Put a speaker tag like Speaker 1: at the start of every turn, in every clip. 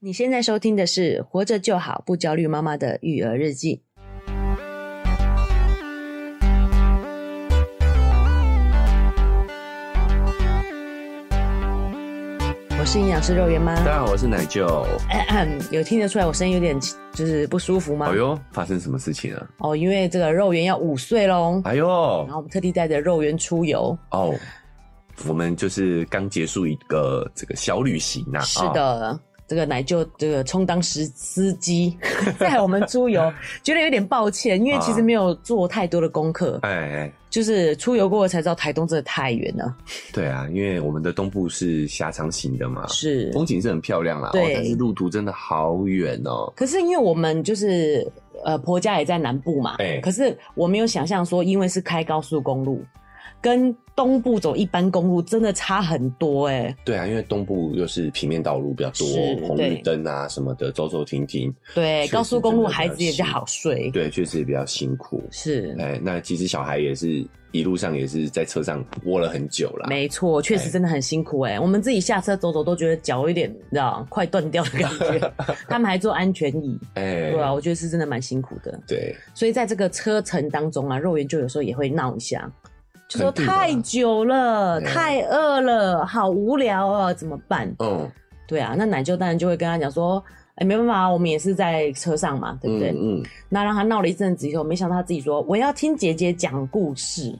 Speaker 1: 你现在收听的是《活着就好不焦虑妈妈的育儿日记》。我是营养师肉圆妈
Speaker 2: 大。家好，我是奶舅。
Speaker 1: 有听得出来我声音有点就是不舒服吗
Speaker 2: 哎？呦，发生什么事情了？
Speaker 1: 哦，因为这个肉圆要五岁喽，
Speaker 2: 哎呦，
Speaker 1: 然后我们特地带着肉圆出游。
Speaker 2: 哦，我们就是刚结束一个这个小旅行呐、啊。
Speaker 1: 是的，这个奶舅这个充当司司机 带我们出 游，觉得有点抱歉，因为其实
Speaker 2: 啊
Speaker 1: 没有做太多的功课，
Speaker 2: 哎哎，
Speaker 1: 就是出游过后才知道台东真的太远了。
Speaker 2: 对啊，因为我们的东部是狭长型的嘛，
Speaker 1: 是，
Speaker 2: 风景是很漂亮啦，哦
Speaker 1: 对，
Speaker 2: 但是路途真的好远哦。
Speaker 1: 可是因为我们就是呃婆家也在南部嘛，
Speaker 2: 哎
Speaker 1: 可是我没有想象说，因为是开高速公路，跟东部走一般公路真的差很多哎、
Speaker 2: 对啊，因为东部又是平面道路比较多
Speaker 1: 是，
Speaker 2: 红
Speaker 1: 对
Speaker 2: 绿灯啊什么的，走走停停，
Speaker 1: 对，
Speaker 2: 确实
Speaker 1: 高速公路
Speaker 2: 真的比较
Speaker 1: 孩子也比较好睡，
Speaker 2: 对，确实比较辛苦。
Speaker 1: 是。
Speaker 2: 哎，那其实小孩也是一路上也是在车上窝了很久啦。
Speaker 1: 没错，确实真的很辛苦哎、我们自己下车走走都觉得脚有点，你知道，快断掉的感觉。他们还坐安全椅，
Speaker 2: 哎，
Speaker 1: 对啊，我觉得是真的蛮辛苦的。
Speaker 2: 对，
Speaker 1: 所以在这个车程当中啊，肉圆就有时候也会闹一下，就说
Speaker 2: 肯定的啊
Speaker 1: 太久了，
Speaker 2: 嗯
Speaker 1: 太饿了，好无聊哦，怎么办？
Speaker 2: 嗯，
Speaker 1: 对啊，那奶舅当然就会跟他讲说，哎、没办法啊，我们也是在车上嘛，对不对？
Speaker 2: 嗯嗯，
Speaker 1: 那让他闹了一阵子以后，没想到他自己说我要听姐姐讲故事，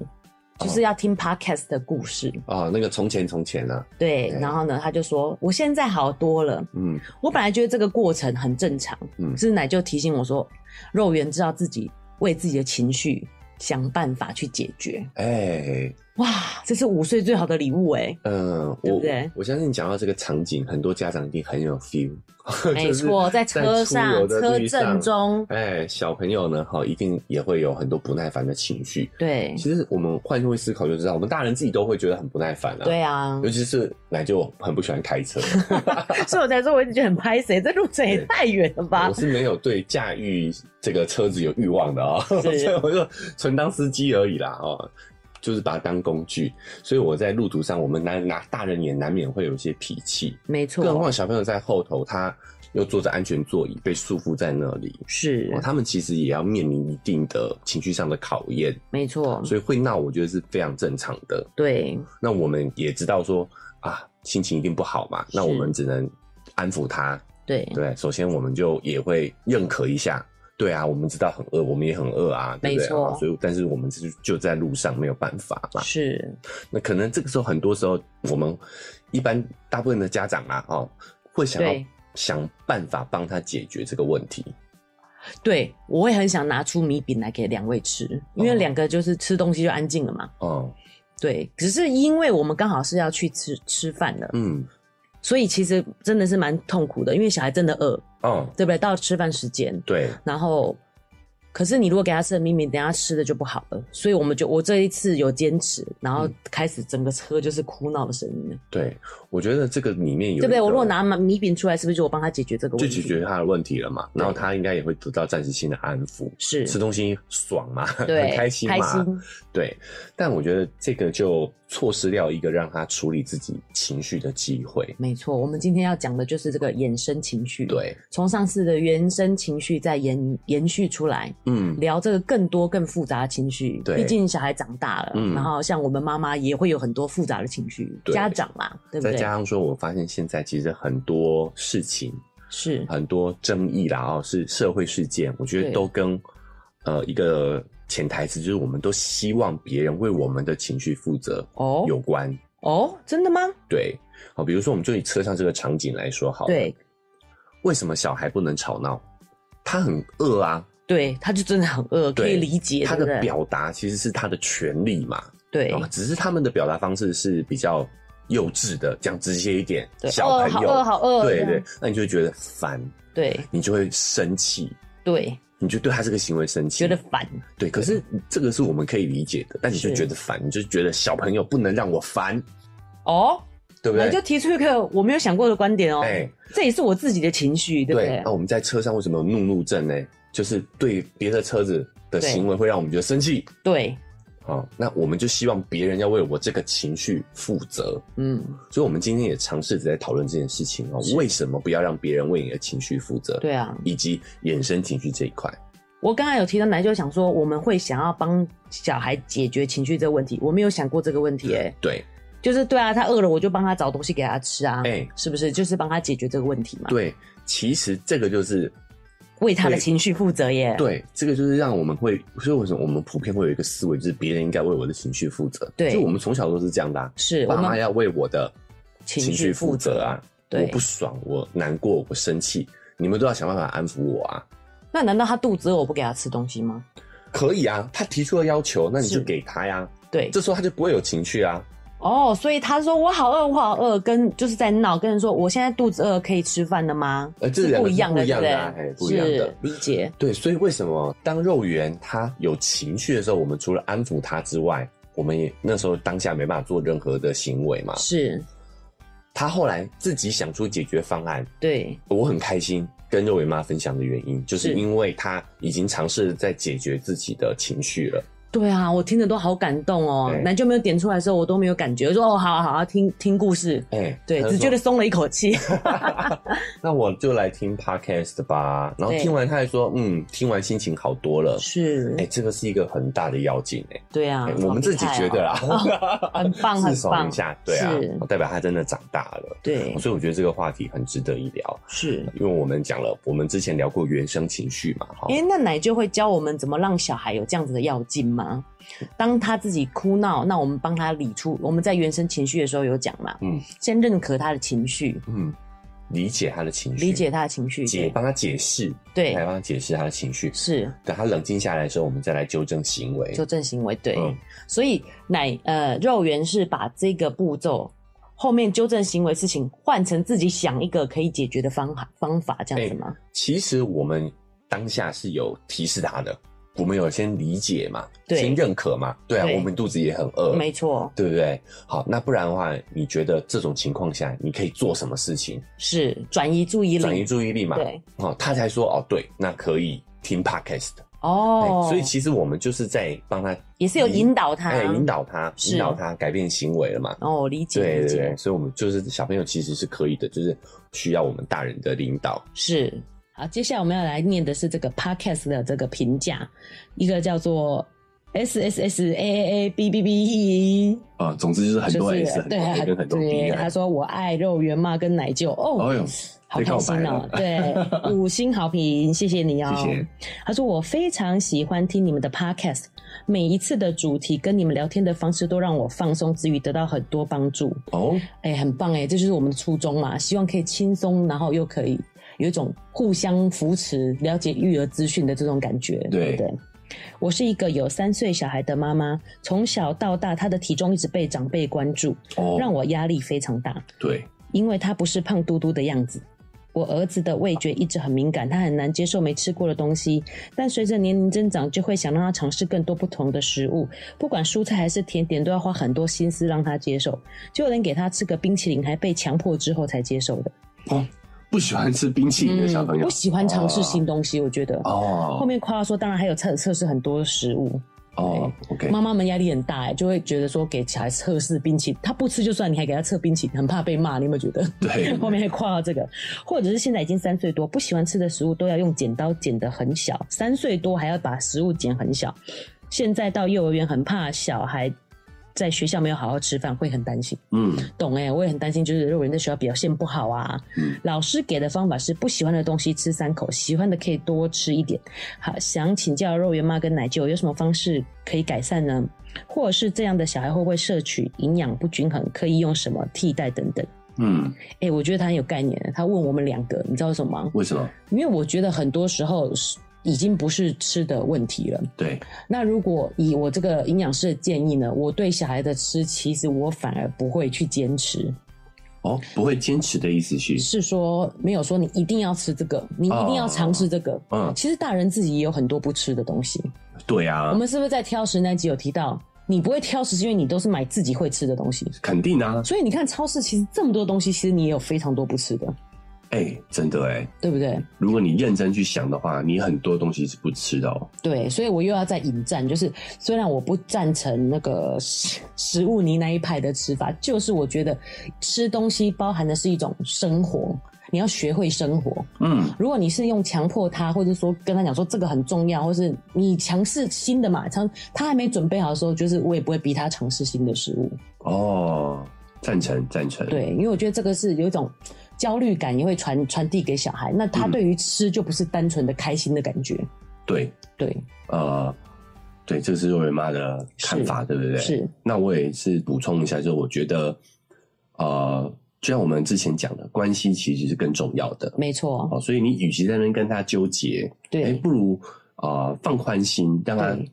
Speaker 1: 就是要听 podcast 的故事。
Speaker 2: 哦，那个从前从前啊，
Speaker 1: 对，
Speaker 2: 对
Speaker 1: 然后呢，他就说我现在好多了。
Speaker 2: 嗯，
Speaker 1: 我本来觉得这个过程很正常，
Speaker 2: 嗯
Speaker 1: 是奶就提醒我说，肉圆知道自己为自己的情绪想办法去解决。
Speaker 2: 哎、
Speaker 1: 哇，这是五岁最好的礼物哎、
Speaker 2: 嗯、
Speaker 1: 对不
Speaker 2: 我
Speaker 1: 对
Speaker 2: 我相信讲到这个场景，很多家长一定很有 feel，
Speaker 1: 没错，在车上
Speaker 2: 在出游的
Speaker 1: 车
Speaker 2: 路
Speaker 1: 阵
Speaker 2: 上
Speaker 1: 中，
Speaker 2: 哎、小朋友呢，哈，一定也会有很多不耐烦的情绪。
Speaker 1: 对
Speaker 2: 其实我们换位思考就知道，我们大人自己都会觉得很不耐烦啊。
Speaker 1: 对啊
Speaker 2: 尤，其是奶就很不喜欢开车，
Speaker 1: 所以我才说我一直觉得很拍谁，这路程也
Speaker 2: 对
Speaker 1: 太远了吧
Speaker 2: 我？是没有对驾驭这个车子有欲望的啊、
Speaker 1: 是
Speaker 2: 所以我就纯当司机而已啦哦，就是把它当工具。所以我在路途上，我们难拿大人也难免会有一些脾气，
Speaker 1: 没
Speaker 2: 更何
Speaker 1: 错，
Speaker 2: 况小朋友在后头，他又坐着安全座椅被束缚在那里。
Speaker 1: 是
Speaker 2: 哦、他们其实也要面临一定的情绪上的考验，
Speaker 1: 没错，
Speaker 2: 所以会闹，我觉得是非常正常的。
Speaker 1: 对
Speaker 2: 那我们也知道说啊，心情一定不好嘛，那
Speaker 1: 是
Speaker 2: 我们只能安抚他，
Speaker 1: 对
Speaker 2: 对，首先我们就也会认可一下，对啊，我们知道很饿，我们也很饿啊，对不对
Speaker 1: 没错
Speaker 2: 啊所以，但是我们就就在路上没有办法嘛。
Speaker 1: 是，
Speaker 2: 那可能这个时候，很多时候我们一般大部分的家长啊，哦，会想要
Speaker 1: 对
Speaker 2: 想办法帮他解决这个问题。
Speaker 1: 对我会很想拿出米饼来给两位吃，因为
Speaker 2: 哦
Speaker 1: 两个就是吃东西就安静了嘛。
Speaker 2: 哦，
Speaker 1: 对，只是因为我们刚好是要去吃吃饭的，
Speaker 2: 嗯，
Speaker 1: 所以其实真的是蛮痛苦的，因为小孩真的饿，
Speaker 2: 哦，
Speaker 1: 对不对？到吃饭时间，
Speaker 2: 对，
Speaker 1: 然后，可是你如果给他吃的秘密，等一下吃的就不好了，所以我们就我这一次有坚持，然
Speaker 2: 嗯
Speaker 1: 后开始整个车就是哭闹的声音了，
Speaker 2: 对，我觉得这个里面有
Speaker 1: 对不对？
Speaker 2: 一个
Speaker 1: 我如果拿米饼出来，是不是就我帮他解决这个
Speaker 2: 就
Speaker 1: 问题？
Speaker 2: 解决他的问题了嘛，然后
Speaker 1: 对
Speaker 2: 他应该也会得到暂时性的安抚。
Speaker 1: 是，
Speaker 2: 吃东西爽嘛，
Speaker 1: 对，
Speaker 2: 很开心嘛，
Speaker 1: 开心，
Speaker 2: 对，但我觉得这个就错失掉一个让他处理自己情绪的机会。
Speaker 1: 没错。我们今天要讲的就是这个衍生情绪，，
Speaker 2: 对，
Speaker 1: 从上次的原生情绪再延延续出来，
Speaker 2: 嗯，
Speaker 1: 聊这个更多更复杂的情绪。
Speaker 2: 对
Speaker 1: 毕竟小孩长大了，
Speaker 2: 嗯
Speaker 1: 然后像我们妈妈也会有很多复杂的情绪，
Speaker 2: 对
Speaker 1: 家长嘛，对不
Speaker 2: 再
Speaker 1: 对？
Speaker 2: 加上说，我发现现在其实很多事情、
Speaker 1: 是
Speaker 2: 很多争议啦，哦，是社会事件，我觉
Speaker 1: 对
Speaker 2: 得都跟呃一个潜台词就是，我们都希望别人为我们的情绪负责
Speaker 1: 哦
Speaker 2: 有关。
Speaker 1: 哦，真的吗？
Speaker 2: 对，好，比如说我们就以车上这个场景来说好，，
Speaker 1: 对
Speaker 2: 为什么小孩不能吵闹？他很饿啊，
Speaker 1: 对，他就真的很饿，可
Speaker 2: 对
Speaker 1: 以理解，
Speaker 2: 他
Speaker 1: 对不
Speaker 2: 的
Speaker 1: 对
Speaker 2: 表达其实是他的权利嘛。
Speaker 1: 对
Speaker 2: 啊，只是他们的表达方式是比较幼稚的，讲直接一点，
Speaker 1: 对，
Speaker 2: 小
Speaker 1: 哦好
Speaker 2: 朋友，
Speaker 1: 饿，好饿，
Speaker 2: 对
Speaker 1: 这
Speaker 2: 对
Speaker 1: 样，
Speaker 2: 那你就会觉得烦，
Speaker 1: 对
Speaker 2: 你就会生气，
Speaker 1: 对，
Speaker 2: 你就对他这个行为生气，
Speaker 1: 觉得烦，
Speaker 2: 对。可是这个是我们可以理解的，但你就是觉得烦，你就觉得小朋友不能让我烦，
Speaker 1: 哦，
Speaker 2: 对不
Speaker 1: 你就
Speaker 2: 对？
Speaker 1: 提出一个我没有想过的观点哦，
Speaker 2: 哎，哦
Speaker 1: 这也是我自己的情绪，对不对
Speaker 2: 那？我们在车上为什么有怒怒症呢？就是对别的车子的
Speaker 1: 对
Speaker 2: 行为会让我们觉得生气。
Speaker 1: 对，
Speaker 2: 好、那我们就希望别人要为我这个情绪负责。
Speaker 1: 嗯，
Speaker 2: 所以，我们今天也尝试着在讨论这件事情哦
Speaker 1: 是，
Speaker 2: 为什么不要让别人为你的情绪负责？
Speaker 1: 对啊，
Speaker 2: 以及衍生情绪这一块，
Speaker 1: 我刚才有提到奶就想说，我们会想要帮小孩解决情绪这个问题，我没有想过这个问题、欸，
Speaker 2: 对
Speaker 1: 就是对啊，他饿了我就帮他找东西给他吃啊，
Speaker 2: 哎
Speaker 1: 是不是？就是帮他解决这个问题嘛，
Speaker 2: 对，其实这个就是
Speaker 1: 为他的
Speaker 2: 对
Speaker 1: 情绪负责耶，
Speaker 2: 对，这个就是让我们会，所以为什么我们普遍会有一个思维，就是别人应该为我的情绪负责。
Speaker 1: 对
Speaker 2: 就我们从小都是这样的、啊，
Speaker 1: 是我
Speaker 2: 爸妈
Speaker 1: 们
Speaker 2: 要为我的
Speaker 1: 情
Speaker 2: 情
Speaker 1: 绪
Speaker 2: 绪负
Speaker 1: 负责
Speaker 2: 责啊，
Speaker 1: 对
Speaker 2: 我不爽，我难过，我生气，你们都要想办法安抚我啊。
Speaker 1: 那难道他肚子饿我不给他吃东西吗？
Speaker 2: 可以啊，他提出了要求，那你
Speaker 1: 是
Speaker 2: 就给他呀，
Speaker 1: 对，
Speaker 2: 这时候他就不会有情绪啊。
Speaker 1: 哦，所以他说我好饿，我好饿，跟就是在闹，跟人说我现在肚子饿，可以吃饭了吗？
Speaker 2: 呃这
Speaker 1: 是
Speaker 2: 两
Speaker 1: 不
Speaker 2: 个是
Speaker 1: 一样的，
Speaker 2: 不一样的啊
Speaker 1: 对
Speaker 2: 哎
Speaker 1: 不
Speaker 2: 不
Speaker 1: 对？
Speaker 2: 一样的
Speaker 1: 是理解，
Speaker 2: 对，所以为什么当肉圆他有情绪的时候，我们除了安抚他之外，我们也那时候当下没办法做任何的行为嘛。
Speaker 1: 是
Speaker 2: 他后来自己想出解决方案，
Speaker 1: 对，
Speaker 2: 我很开心跟肉圆妈分享的原因，就是
Speaker 1: 是
Speaker 2: 因为他已经尝试在解决自己的情绪了。
Speaker 1: 对啊，我听着都好感动哦
Speaker 2: 对。
Speaker 1: 奶就没有点出来的时候，我都没有感觉，我说哦，好啊好啊，听听故事，
Speaker 2: 哎、
Speaker 1: 对，
Speaker 2: 他就
Speaker 1: 只觉
Speaker 2: 说
Speaker 1: 得松了一口 气。
Speaker 2: 那我就来听 podcast 吧。然后
Speaker 1: 对
Speaker 2: 听完他还说，嗯，听完心情好多了。
Speaker 1: 是
Speaker 2: 哎、，这个是一个很大的要紧哎、
Speaker 1: 对啊
Speaker 2: 哎，我们自己觉得
Speaker 1: 啦，
Speaker 2: 啦，
Speaker 1: 哦 很棒
Speaker 2: 自
Speaker 1: 很
Speaker 2: 首
Speaker 1: 棒
Speaker 2: 一下，对啊
Speaker 1: 是，
Speaker 2: 代表他真的长大了。
Speaker 1: 对，
Speaker 2: 所以我觉得这个话题很值得一聊，
Speaker 1: 是。
Speaker 2: 因为我们讲了，我们之前聊过原生情绪嘛，哈
Speaker 1: 哎、，那奶就会教我们怎么让小孩有这样子的要劲吗？当他自己哭闹，那我们帮他理出我们在原生情绪的时候有讲嘛，
Speaker 2: 嗯
Speaker 1: 先认可他的情绪，
Speaker 2: 嗯，理解他的情绪，
Speaker 1: 理解他的情绪，
Speaker 2: 解，哎帮他解释，
Speaker 1: 对
Speaker 2: 来帮他解释他的情绪，
Speaker 1: 是
Speaker 2: 等他冷静下来的时候，我们再来纠正行为。
Speaker 1: 纠正行为，对。
Speaker 2: 嗯
Speaker 1: 所以奶呃肉圆是把这个步骤后面纠正行为事情换成自己想一个可以解决的方法方法这样子吗？
Speaker 2: 其实我们当下是有提示他的，我们有先理解嘛，
Speaker 1: 对
Speaker 2: 先认可嘛，对啊，
Speaker 1: 对
Speaker 2: 我们肚子也很饿，
Speaker 1: 没错，
Speaker 2: 对不对？好，那不然的话，你觉得这种情况下，你可以做什么事情
Speaker 1: 是转移注意力，
Speaker 2: 转移注意力嘛？
Speaker 1: 对
Speaker 2: 哦，他才说哦，对，那可以听 podcast。
Speaker 1: 哦，
Speaker 2: 哎所以其实我们就是在帮他，
Speaker 1: 也是有引导他，
Speaker 2: 哎，引导他，
Speaker 1: 是
Speaker 2: 引导他改变行为了嘛？
Speaker 1: 哦，理解
Speaker 2: 对
Speaker 1: 理
Speaker 2: 对
Speaker 1: 解
Speaker 2: 对，，所以我们就是小朋友其实是可以的，就是需要我们大人的领导。
Speaker 1: 是。好，接下来我们要来念的是这个 podcast 的这个评价，一个叫做 S S S A A A B B B E，
Speaker 3: 啊，总之就是很多 S，很多
Speaker 1: 对
Speaker 3: A 跟很多
Speaker 1: 对，
Speaker 2: 哎
Speaker 3: B
Speaker 1: 他
Speaker 3: 啊。
Speaker 1: 说我爱肉圆妈跟奶舅哦。
Speaker 3: 哎呦，
Speaker 1: 好开心哦、 对，五星好评，谢谢你哦。
Speaker 3: 谢谢
Speaker 1: 他说我非常喜欢听你们的 podcast，每一次的主题跟你们聊天的方式都让我放松之余得到很多帮助。
Speaker 3: 哦，
Speaker 1: 哎、很棒哎、这就是我们的初衷嘛，希望可以轻松，然后又可以有一种互相扶持、了解育儿资讯的这种感觉，
Speaker 3: 对
Speaker 1: 不对？我是一个有三岁小孩的妈妈，从小到大，她的体重一直被长辈关注，
Speaker 3: 哦，
Speaker 1: 让我压力非常大，
Speaker 3: 对，
Speaker 1: 因为她不是胖嘟嘟的样子。我儿子的味觉一直很敏感，他很难接受没吃过的东西。但随着年龄增长，就会想让他尝试更多不同的食物，不管蔬菜还是甜点，都要花很多心思让他接受。就连给他吃个冰淇淋，还被强迫之后才接受的。
Speaker 3: 不喜欢吃冰淇淋的小
Speaker 2: 嗯
Speaker 3: 朋友
Speaker 1: 嗯不，喜欢尝试新东西，我觉得。后
Speaker 3: 哦
Speaker 1: 面夸说，当然还有测测试很多食物，
Speaker 3: 哦，OK，
Speaker 1: 妈妈们压力很大、哎，就会觉得说给小孩测试冰淇淋，他不吃就算，你还给他测冰淇淋，很怕被骂，你有没有觉得？
Speaker 3: 对，
Speaker 1: 后面还夸到这个，或者是现在已经三岁多，不喜欢吃的食物都要用剪刀剪得很小，三岁多还要把食物剪很小。现在到幼儿园很怕小孩在学校没有好好吃饭，会很担心。
Speaker 3: 嗯，
Speaker 1: 懂哎、我也很担心，就是如果人在学校表现不好啊，
Speaker 3: 嗯
Speaker 1: 老师给的方法是不喜欢的东西吃三口，喜欢的可以多吃一点。好，想请教肉圆妈跟奶舅有什么方式可以改善呢？或者是这样的小孩会不会摄取营养不均衡？可以用什么替代等等？
Speaker 3: 嗯，
Speaker 1: 哎、我觉得他很有概念，他问我们两个，你知道为什么吗？
Speaker 3: 为什么？
Speaker 1: 因为我觉得很多时候是已经不是吃的问题了。
Speaker 3: 对，
Speaker 1: 那如果以我这个营养师的建议呢，我对小孩的吃，其实我反而不会去坚持。
Speaker 3: 哦，不会坚持的意思是，
Speaker 1: 是说没有说你一定要吃这个，你一定要尝试这个。
Speaker 3: 嗯，
Speaker 1: 其实大人自己也有很多不吃的东西。
Speaker 3: 对啊
Speaker 1: 我，们是不是在挑食那集有提到？你不会挑食，是因为你都是买自己会吃的东西。
Speaker 3: 肯定啊，
Speaker 1: 所以你看超市其实这么多东西，其实你也有非常多不吃的。
Speaker 2: 哎、真的哎、
Speaker 1: 对不对？
Speaker 2: 如果你认真去想的话，你很多东西是不吃的哦。
Speaker 1: 对，所以我又要再引战，就是虽然我不赞成那个食食物泥那一派的吃法，就是我觉得吃东西包含的是一种生活，你要学会生活。
Speaker 2: 嗯，
Speaker 1: 如果你是用强迫他，或者说跟他讲说这个很重要，或是你尝试新的嘛，尝他还没准备好的时候，就是我也不会逼他尝试新的食物。
Speaker 2: 哦，赞成赞成。
Speaker 1: 对，因为我觉得这个是有一种焦虑感，也会传传递给小孩。那他
Speaker 2: 嗯
Speaker 1: 对于吃就不是单纯的开心的感觉，
Speaker 2: 对，
Speaker 1: 对，
Speaker 2: 呃，对，这是肉圆妈的看法，对不对？
Speaker 1: 是，
Speaker 2: 那我也是补充一下，就是我觉得，呃，就像我们之前讲的，关系其实是更重要的。
Speaker 1: 没错，
Speaker 2: 哦，所以你与其在那边跟他纠结，哎，
Speaker 1: 对，
Speaker 2: 不如呃放宽心，让他
Speaker 1: 对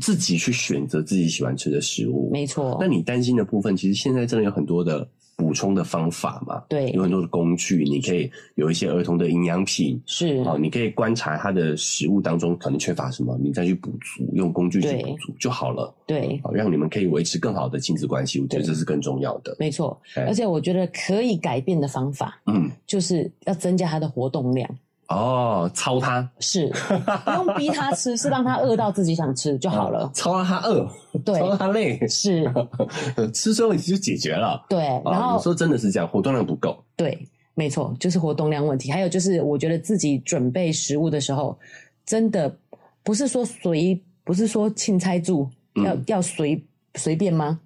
Speaker 2: 自己去选择自己喜欢吃的食物。
Speaker 1: 没错
Speaker 2: 那，你担心的部分，其实现在真的有很多的补充的方法嘛，
Speaker 1: 对
Speaker 2: 有，很多的工具，你可以有一些儿童的营养品。
Speaker 1: 是，
Speaker 2: 哦，你可以观察他的食物当中可能缺乏什么，你再去补足，用工具去
Speaker 1: 对
Speaker 2: 补足就好了。
Speaker 1: 对，
Speaker 2: 好，让你们可以维持更好的亲子关系，我觉得
Speaker 1: 对
Speaker 2: 这是更重要的。
Speaker 1: 没错。
Speaker 2: 哎
Speaker 1: 而且我觉得可以改变的方法，
Speaker 2: 嗯，
Speaker 1: 就是要增加他的活动量，
Speaker 2: 哦，操他
Speaker 1: 是 不用逼他吃，是让他饿到自己想吃就好了。
Speaker 2: 操到他饿，
Speaker 1: 对
Speaker 2: 操，到他累，
Speaker 1: 是，
Speaker 2: 吃这问题就解决了。
Speaker 1: 对，然
Speaker 2: 啊，有时
Speaker 1: 后
Speaker 2: 候真的是这样，活动量不够。
Speaker 1: 对，没错，就是活动量问题。还有就是，我觉得自己准备食物的时候，真的不是说随，不是说钦差住，要
Speaker 2: 嗯
Speaker 1: 要随随便吗？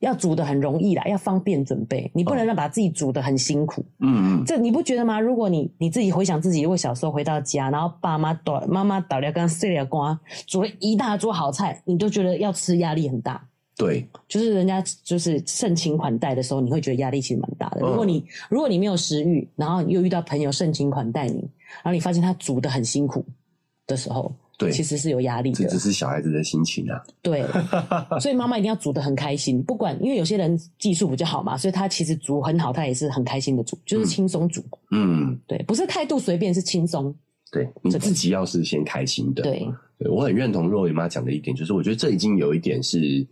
Speaker 1: 要煮的很容易啦，要方便准备，你不
Speaker 2: 哦
Speaker 1: 能让把自己煮的很辛苦。
Speaker 2: 嗯嗯，
Speaker 1: 这你不觉得吗？如果你你自己回想自己，如果小时候回到家，然后爸妈倒妈妈倒了刚碎了瓜，煮了一大桌好菜，你都觉得要吃压力很大。
Speaker 2: 对，
Speaker 1: 就是人家就是盛情款待的时候，你会觉得压力其实蛮大的。
Speaker 2: 嗯
Speaker 1: 如果你如果你没有食欲，然后又遇到朋友盛情款待你，然后你发现他煮的很辛苦的时候，
Speaker 2: 对
Speaker 1: 其实是有压力
Speaker 2: 这
Speaker 1: 的
Speaker 2: 只。是小孩子的心情啊。
Speaker 1: 对，所以妈妈一定要煮的很开心，不管因为有些人技术比较好嘛，所以他其实煮很好，他也是很开心的煮，就是轻松煮。
Speaker 2: 嗯，
Speaker 1: 对，不是态度随便，是轻松。
Speaker 2: 对，你
Speaker 1: 这个
Speaker 2: 自己要是先开心的。
Speaker 1: 对，
Speaker 2: 对，我很认同若雨妈讲的一点，就是我觉得这已经有一点是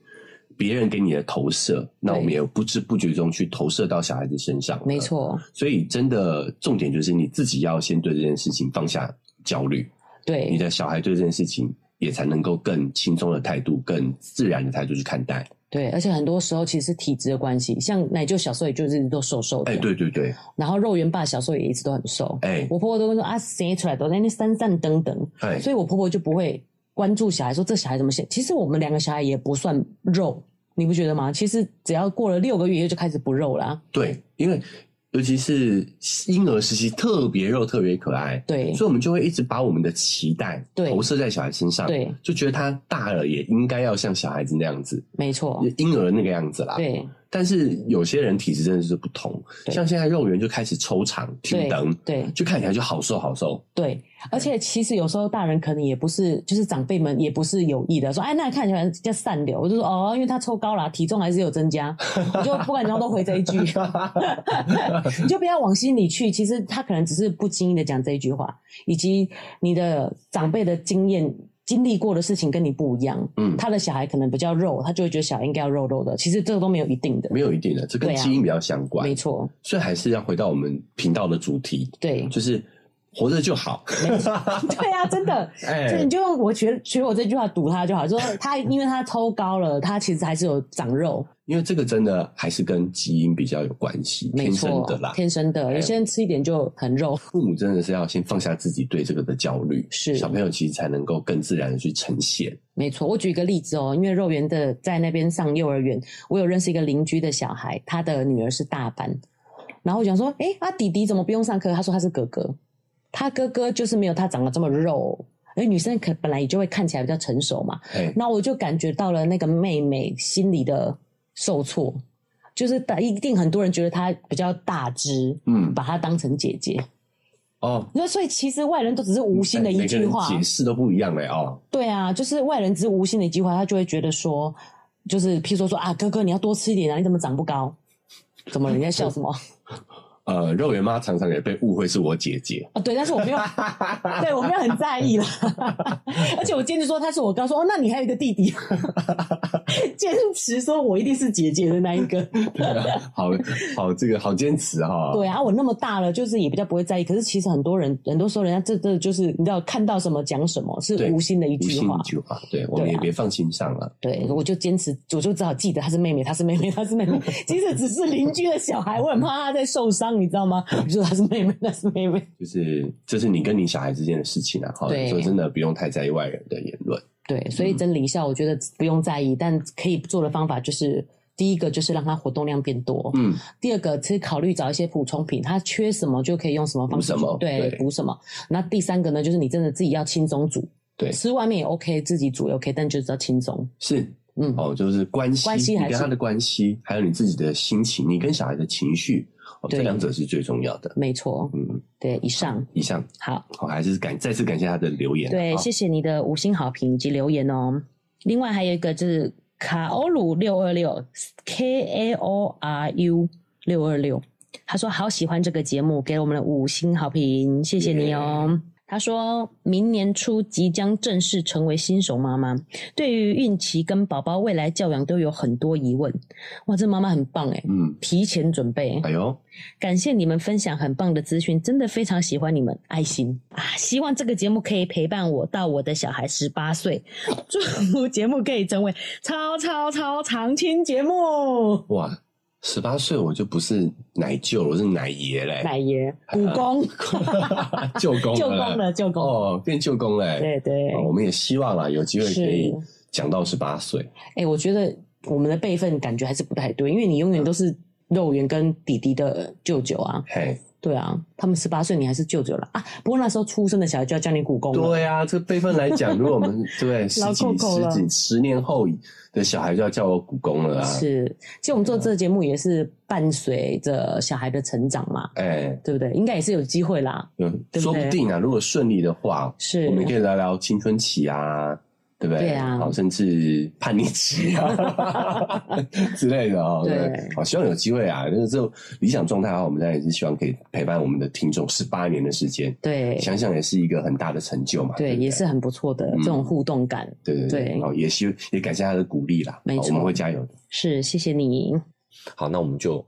Speaker 2: 别人给你的投射，那我们也不知不觉中去投射到小孩子身上。
Speaker 1: 没，错，
Speaker 2: 所以真的重点就是你自己要先对这件事情放下焦虑，你
Speaker 1: 对，
Speaker 2: 的小孩对这件事情也才能够更轻松的态度、更自然的态度去看待。
Speaker 1: 对，而且很多时候其实是体质的关系，像奶舅小时候也就是都瘦瘦的，
Speaker 2: 哎、对对对，
Speaker 1: 然后肉圆爸小时候也一直都很瘦，
Speaker 2: 哎、
Speaker 1: 我婆婆都会说啊，生出来都在那三散等等，
Speaker 2: 哎，
Speaker 1: 所以我婆婆就不会关注小孩说这小孩怎么显。其实我们两个小孩也不算肉，你不觉得吗？其实只要过了六个月就开始不肉啦、
Speaker 2: 对，因为尤其是婴儿时期特别肉、特别可爱，
Speaker 1: 对
Speaker 2: 所以我们就会一直把我们的期待
Speaker 1: 对
Speaker 2: 投射在小孩身上，
Speaker 1: 对，
Speaker 2: 就觉得他大了也应该要像小孩子那样子，
Speaker 1: 没错，
Speaker 2: 婴儿那个样子啦。，
Speaker 1: 哦对
Speaker 2: 但是有些人体质真的是不同，
Speaker 1: 对
Speaker 2: 像现在肉圆就开始抽肠、挺
Speaker 1: 对
Speaker 2: 灯，
Speaker 1: 对
Speaker 2: 就看起来就好瘦好瘦。
Speaker 1: 对，而且其实有时候大人可能也不是，就是长辈们也不是有意的说，哎，那看起来叫善流，我就说哦，因为他抽高啦，体重还是有增加，我就不管怎样都回这一句， 你就不要往心里去。其实他可能只是不经意的讲这一句话，以及你的长辈的经验。经历过的事情跟你不一样，
Speaker 2: 嗯
Speaker 1: 他的小孩可能比较肉，他就会觉得小孩应该要肉肉的。其实这个都没有一定的，
Speaker 2: 没有一定的，这跟
Speaker 1: 对啊
Speaker 2: 基因比较相关，
Speaker 1: 没错，
Speaker 2: 所以还是要回到我们频道的主题，，
Speaker 1: 对
Speaker 2: 就是活着就好。
Speaker 1: 对啊，真的，
Speaker 2: 哎
Speaker 1: 所以你就用我学学我这句话堵他就好，说 他因为他抽高了，他其实还是有长肉，
Speaker 2: 因为这个真的还是跟基因比较有关系，
Speaker 1: 没
Speaker 2: 天生
Speaker 1: 错
Speaker 2: 的啦，。哎
Speaker 1: 天生的。有些人吃一点就很肉，
Speaker 2: 父母真的是要先放下自己对这个的焦虑，
Speaker 1: 是
Speaker 2: 小朋友其实才能够更自然的去呈现。
Speaker 1: 没错。我举一个例子哦，因为肉圆的在那边上幼儿园，我有认识一个邻居的小孩，他的女儿是大班，然后我想说，诶，他、弟弟怎么不用上课？他说他是哥哥，他哥哥就是没有他长得这么肉。而女生可本来也就会看起来比较成熟嘛，
Speaker 2: 哎，
Speaker 1: 那我就感觉到了那个妹妹心里的受挫，就是大一定很多人觉得她比较大只，
Speaker 2: 嗯，
Speaker 1: 把她当成姐姐。
Speaker 2: 哦，
Speaker 1: 那所以其实外人都只是无心的一句
Speaker 2: 哎每
Speaker 1: 话
Speaker 2: 个，人解释都不一样嘞哦。
Speaker 1: 对啊，就是外人只是无心的一句话，他就会觉得说，就是譬如说说啊，哥哥你要多吃一点啊，你怎么长不高？怎么人家笑什么？
Speaker 4: 呃，肉圆妈常常也被误会是我姐 姐，
Speaker 1: 哦，对，但是我没有，对我没有很在意啦。而且我坚持说他是我哥，说哦，那你还有一个弟 弟，坚持说我一定是姐姐的那一个。
Speaker 4: 对啊，好好这个好坚持哈、
Speaker 1: 对啊，我那么大了，就是也比较不会在意。可是其实很多人，很多时候人家这这就是你知道看到什么讲什么，是
Speaker 4: 对
Speaker 1: 无心的一
Speaker 4: 无
Speaker 1: 句
Speaker 4: 心
Speaker 1: 话
Speaker 4: 一。句话，对我们
Speaker 1: 对啊
Speaker 4: 也别放心上了。
Speaker 1: 对，我就坚持，我就只好记得她是妹妹，她是妹妹，她是妹妹。即使只是邻居的小孩，我很怕她在受伤，你知道吗？我就说她是妹妹，她是妹妹。
Speaker 4: 就是这是你跟你小孩之间的事情啊，哈，
Speaker 1: 对
Speaker 4: 说真的不用太在意外人的言论，
Speaker 1: 对，所以
Speaker 4: 嗯
Speaker 1: 整理一下，我觉得不用在意，但可以做的方法就是。第一个就是让它活动量变多，
Speaker 4: 嗯，
Speaker 1: 第二个是考虑找一些补充品，它缺什么就可以用什么方式
Speaker 4: 补什么
Speaker 1: 对，
Speaker 4: 对
Speaker 1: 补什么。那第三个呢，就是你真的自己要轻松煮，
Speaker 4: 对
Speaker 1: 吃外面也 OK，自己煮也 OK，但就是要轻松。
Speaker 4: 是
Speaker 1: 嗯，
Speaker 4: 哦，就是关系，
Speaker 1: 关系
Speaker 4: 你
Speaker 1: 还
Speaker 4: 跟
Speaker 1: 是
Speaker 4: 他的关系，还有你自己的心情，你跟小孩的情绪，哦，
Speaker 1: 对
Speaker 4: 这两者是最重要的。
Speaker 1: 没错，
Speaker 4: 嗯，
Speaker 1: 对，以上
Speaker 4: 以上，
Speaker 1: 好，
Speaker 4: 我、还是感再次感谢他的留言啊，
Speaker 1: 对，
Speaker 4: 哦
Speaker 1: 谢谢你的五星好评以及留言哦。另外还有一个就是卡欧鲁六二六 K A O R U 六二六，他说好喜欢这个节目，给了我们的五星好评，谢谢你哦。他说明年初即将正式成为新手妈妈，对于孕期跟宝宝未来教养都有很多疑问。哇，这妈妈很棒诶，
Speaker 4: 嗯，
Speaker 1: 提前准备。
Speaker 4: 哎呦，
Speaker 1: 感谢你们分享很棒的资讯，真的非常喜欢你们，爱心啊！希望这个节目可以陪伴我到我的小孩十八岁， 祝福节目可以成为超超超长青节目。
Speaker 4: 哇，十八岁我就不是奶舅了，我是奶爷嘞，
Speaker 1: 奶爷，古 公，
Speaker 4: 舅公
Speaker 1: 舅公
Speaker 4: 了，
Speaker 1: 了，舅公，
Speaker 4: 哦，变舅公嘞，
Speaker 1: 对对
Speaker 4: 哦，我们也希望啊，有机会可以
Speaker 1: 是
Speaker 4: 讲到十八岁，
Speaker 1: 哎、我觉得我们的辈分感觉还是不太对，因为你永远都是肉圆跟弟弟的舅舅啊，
Speaker 4: 嘿，
Speaker 1: 对啊，他们十八岁你还是舅舅了啊。不过那时候出生的小孩就要叫你古公了，
Speaker 4: 对啊，这个辈分来讲，如果我们对十
Speaker 1: 老
Speaker 4: 几
Speaker 1: 扣扣
Speaker 4: 十
Speaker 1: 了
Speaker 4: 几十年后的小孩就要叫我古公了啊，
Speaker 1: 是，其实我们做这个节目也是伴随着小孩的成长嘛，
Speaker 4: 哎，
Speaker 1: 对不对？应该也是有机会啦。
Speaker 4: 嗯，
Speaker 1: 对不对
Speaker 4: 说不定啊，如果顺利的话，
Speaker 1: 是
Speaker 4: 我们可以聊聊青春期啊。对不对？
Speaker 1: 对啊
Speaker 4: 好，甚至叛逆期 啊之类的啊、哦，
Speaker 1: 对
Speaker 4: 对，好，希望有机会啊，就是这种理想状态啊的话，我们当然也是希望可以陪伴我们的听众十八年的时间，
Speaker 1: 对
Speaker 4: 想想也是一个很大的成就嘛，对
Speaker 1: 对，
Speaker 4: 不对，
Speaker 1: 也是很不错
Speaker 2: 嗯
Speaker 1: 的这种互动感。
Speaker 4: 对对
Speaker 1: 对
Speaker 4: 好，也希也感谢他的鼓励啦，
Speaker 1: 没
Speaker 4: 好我
Speaker 1: 错
Speaker 4: 们会加油的。
Speaker 1: 是，谢谢你。
Speaker 2: 好，那我们就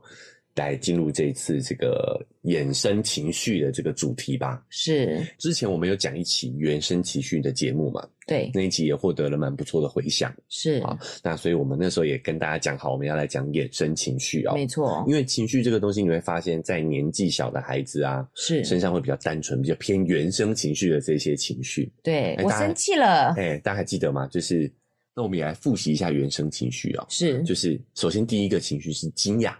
Speaker 2: 来进入这一次这个衍生情绪的这个主题吧。
Speaker 1: 是
Speaker 2: 之前我们有讲一期原生情绪的节目嘛，
Speaker 1: 对，
Speaker 2: 那一集也获得了蛮不错的回响。
Speaker 1: 是
Speaker 2: 好那所以我们那时候也跟大家讲好，我们要来讲衍生情绪哦。
Speaker 1: 没错，
Speaker 2: 因为情绪这个东西，你会发现在年纪小的孩子啊，身
Speaker 1: 是
Speaker 2: 上会比较单纯，比较偏原生情绪的这些情绪。
Speaker 1: 对
Speaker 2: 哎
Speaker 1: 我
Speaker 2: 大家
Speaker 1: 生气了，
Speaker 2: 哎、大家还记得吗？就是那我们也来复习一下原生情绪哦。
Speaker 1: 是
Speaker 2: 就是首先第一个情绪是惊讶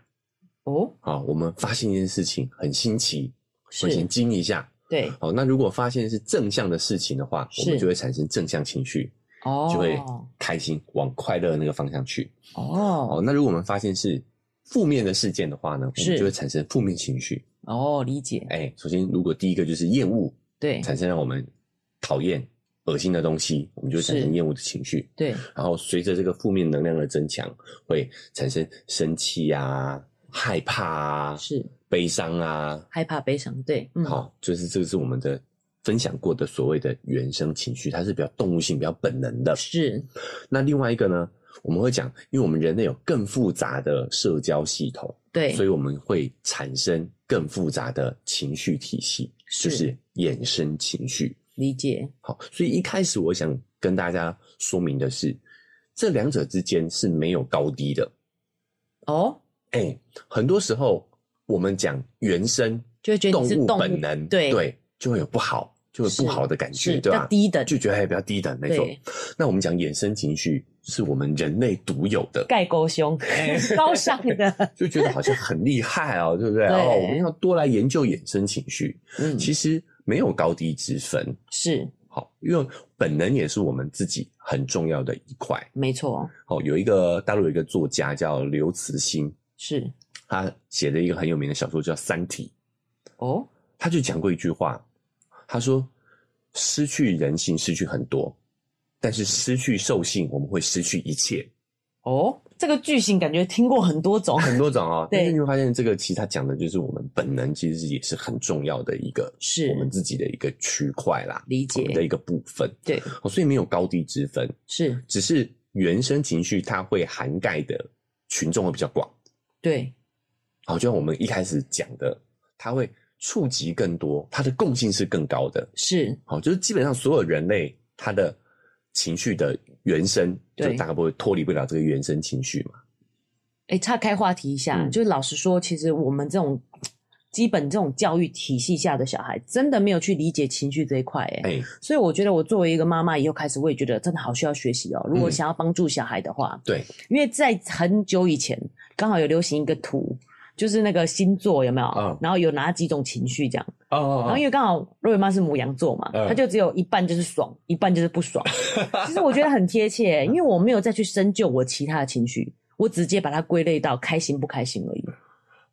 Speaker 1: 哦，
Speaker 2: 啊、我们发现一件事情很新奇，我们
Speaker 1: 是
Speaker 2: 先惊一下。
Speaker 1: 对
Speaker 2: 好、那如果发现是正向的事情的话，我们
Speaker 1: 是
Speaker 2: 就会产生正向情绪，
Speaker 1: 哦，
Speaker 2: 就会开心，往快乐的那个方向去。哦，
Speaker 1: 哦
Speaker 2: 那如果我们发现是负面的事件的话呢，我们
Speaker 1: 是
Speaker 2: 就会产生负面情绪。
Speaker 1: 哦，理解，
Speaker 2: 哎，首先如果第一个就是厌恶，
Speaker 1: 对
Speaker 2: 产生让我们讨厌、恶心的东西，我们就会产生
Speaker 1: 是
Speaker 2: 厌恶的情绪。
Speaker 1: 对
Speaker 2: 然后随着这个负面能量的增强，会产生生气啊、害怕啊、
Speaker 1: 是
Speaker 2: 悲伤啊。
Speaker 1: 害怕悲伤，对，嗯，
Speaker 2: 好，就是这个是我们的分享过的所谓的原生情绪，它是比较动物性、比较本能的。
Speaker 1: 是
Speaker 2: 那另外一个呢，我们会讲，因为我们人类有更复杂的社交系统。
Speaker 1: 对
Speaker 2: 所以我们会产生更复杂的情绪体系，
Speaker 1: 是
Speaker 2: 就是衍生情绪。
Speaker 1: 理解，
Speaker 2: 好，所以一开始我想跟大家说明的是，这两者之间是没有高低的。
Speaker 1: 哦，
Speaker 2: 哎、很多时候我们讲原生，
Speaker 1: 就会觉得
Speaker 2: 动
Speaker 1: 你是
Speaker 2: 物
Speaker 1: 动物
Speaker 2: 本能，
Speaker 1: 对
Speaker 2: 就会有不好，就会有
Speaker 1: 是
Speaker 2: 不好的感觉，
Speaker 1: 是比
Speaker 2: 对吧
Speaker 1: 较？低等，
Speaker 2: 就觉得哎还比较低等，没错。
Speaker 1: 对
Speaker 2: 那我们讲衍生情绪是我们人类独有的，
Speaker 1: 盖沟胸， 高尚的，
Speaker 2: 就觉得好像很厉害哦，对不对？
Speaker 1: 对
Speaker 2: 哦，我们要多来研究衍生情绪。
Speaker 1: 嗯，
Speaker 2: 其实没有高低之分，
Speaker 1: 是
Speaker 2: 好，因为本能也是我们自己很重要的一块。
Speaker 1: 没错，哦
Speaker 2: 好，有一个大陆有一个作家叫刘慈欣，
Speaker 1: 是
Speaker 2: 他写了一个很有名的小说叫《三体》，
Speaker 1: 哦，
Speaker 2: 他就讲过一句话，他说：“失去人性，失去很多，但是失去兽性，我们会失去一切。
Speaker 1: 哦，”这个句型感觉听过很多种，
Speaker 2: 很多种哦，
Speaker 5: 对
Speaker 2: 但是你会发现，这个其实它讲的就是我们本能，其实也是很重要的一个，
Speaker 5: 是
Speaker 2: 我们自己的一个区块啦，
Speaker 5: 理解
Speaker 2: 我们的一个部分。
Speaker 5: 对，
Speaker 2: 哦，所以没有高低之分，
Speaker 5: 是
Speaker 2: 只是原生情绪它会涵盖的群众会比较广。
Speaker 5: 对，
Speaker 2: 好，就像我们一开始讲的，它会触及更多，它的共性是更高的。
Speaker 5: 是
Speaker 2: 好，就是基本上所有人类他的情绪的原生，就
Speaker 5: 对
Speaker 2: 大概不会脱离不了这个原生情绪嘛。
Speaker 1: 哎、岔开话题一下，
Speaker 2: 嗯
Speaker 1: 就老实说，其实我们这种基本这种教育体系下的小孩，真的没有去理解情绪这一块、哎、
Speaker 2: 哎、
Speaker 1: 所以我觉得我作为一个妈妈，以后开始我也觉得真的好需要学习哦。如果
Speaker 2: 嗯
Speaker 1: 想要帮助小孩的话，
Speaker 2: 对，
Speaker 1: 因为在很久以前，刚好有流行一个图，就是那个星座有没有？
Speaker 2: 嗯
Speaker 1: 然后有哪几种情绪这样？
Speaker 2: 哦
Speaker 1: 然后因为刚好若雨妈是母羊座嘛，
Speaker 2: 嗯
Speaker 1: 她就只有一半就是爽，一半就是不 爽。其实我觉得很贴切，欸因为我没有再去深究我其他的情绪，我直接把它归类到开心不开心而已。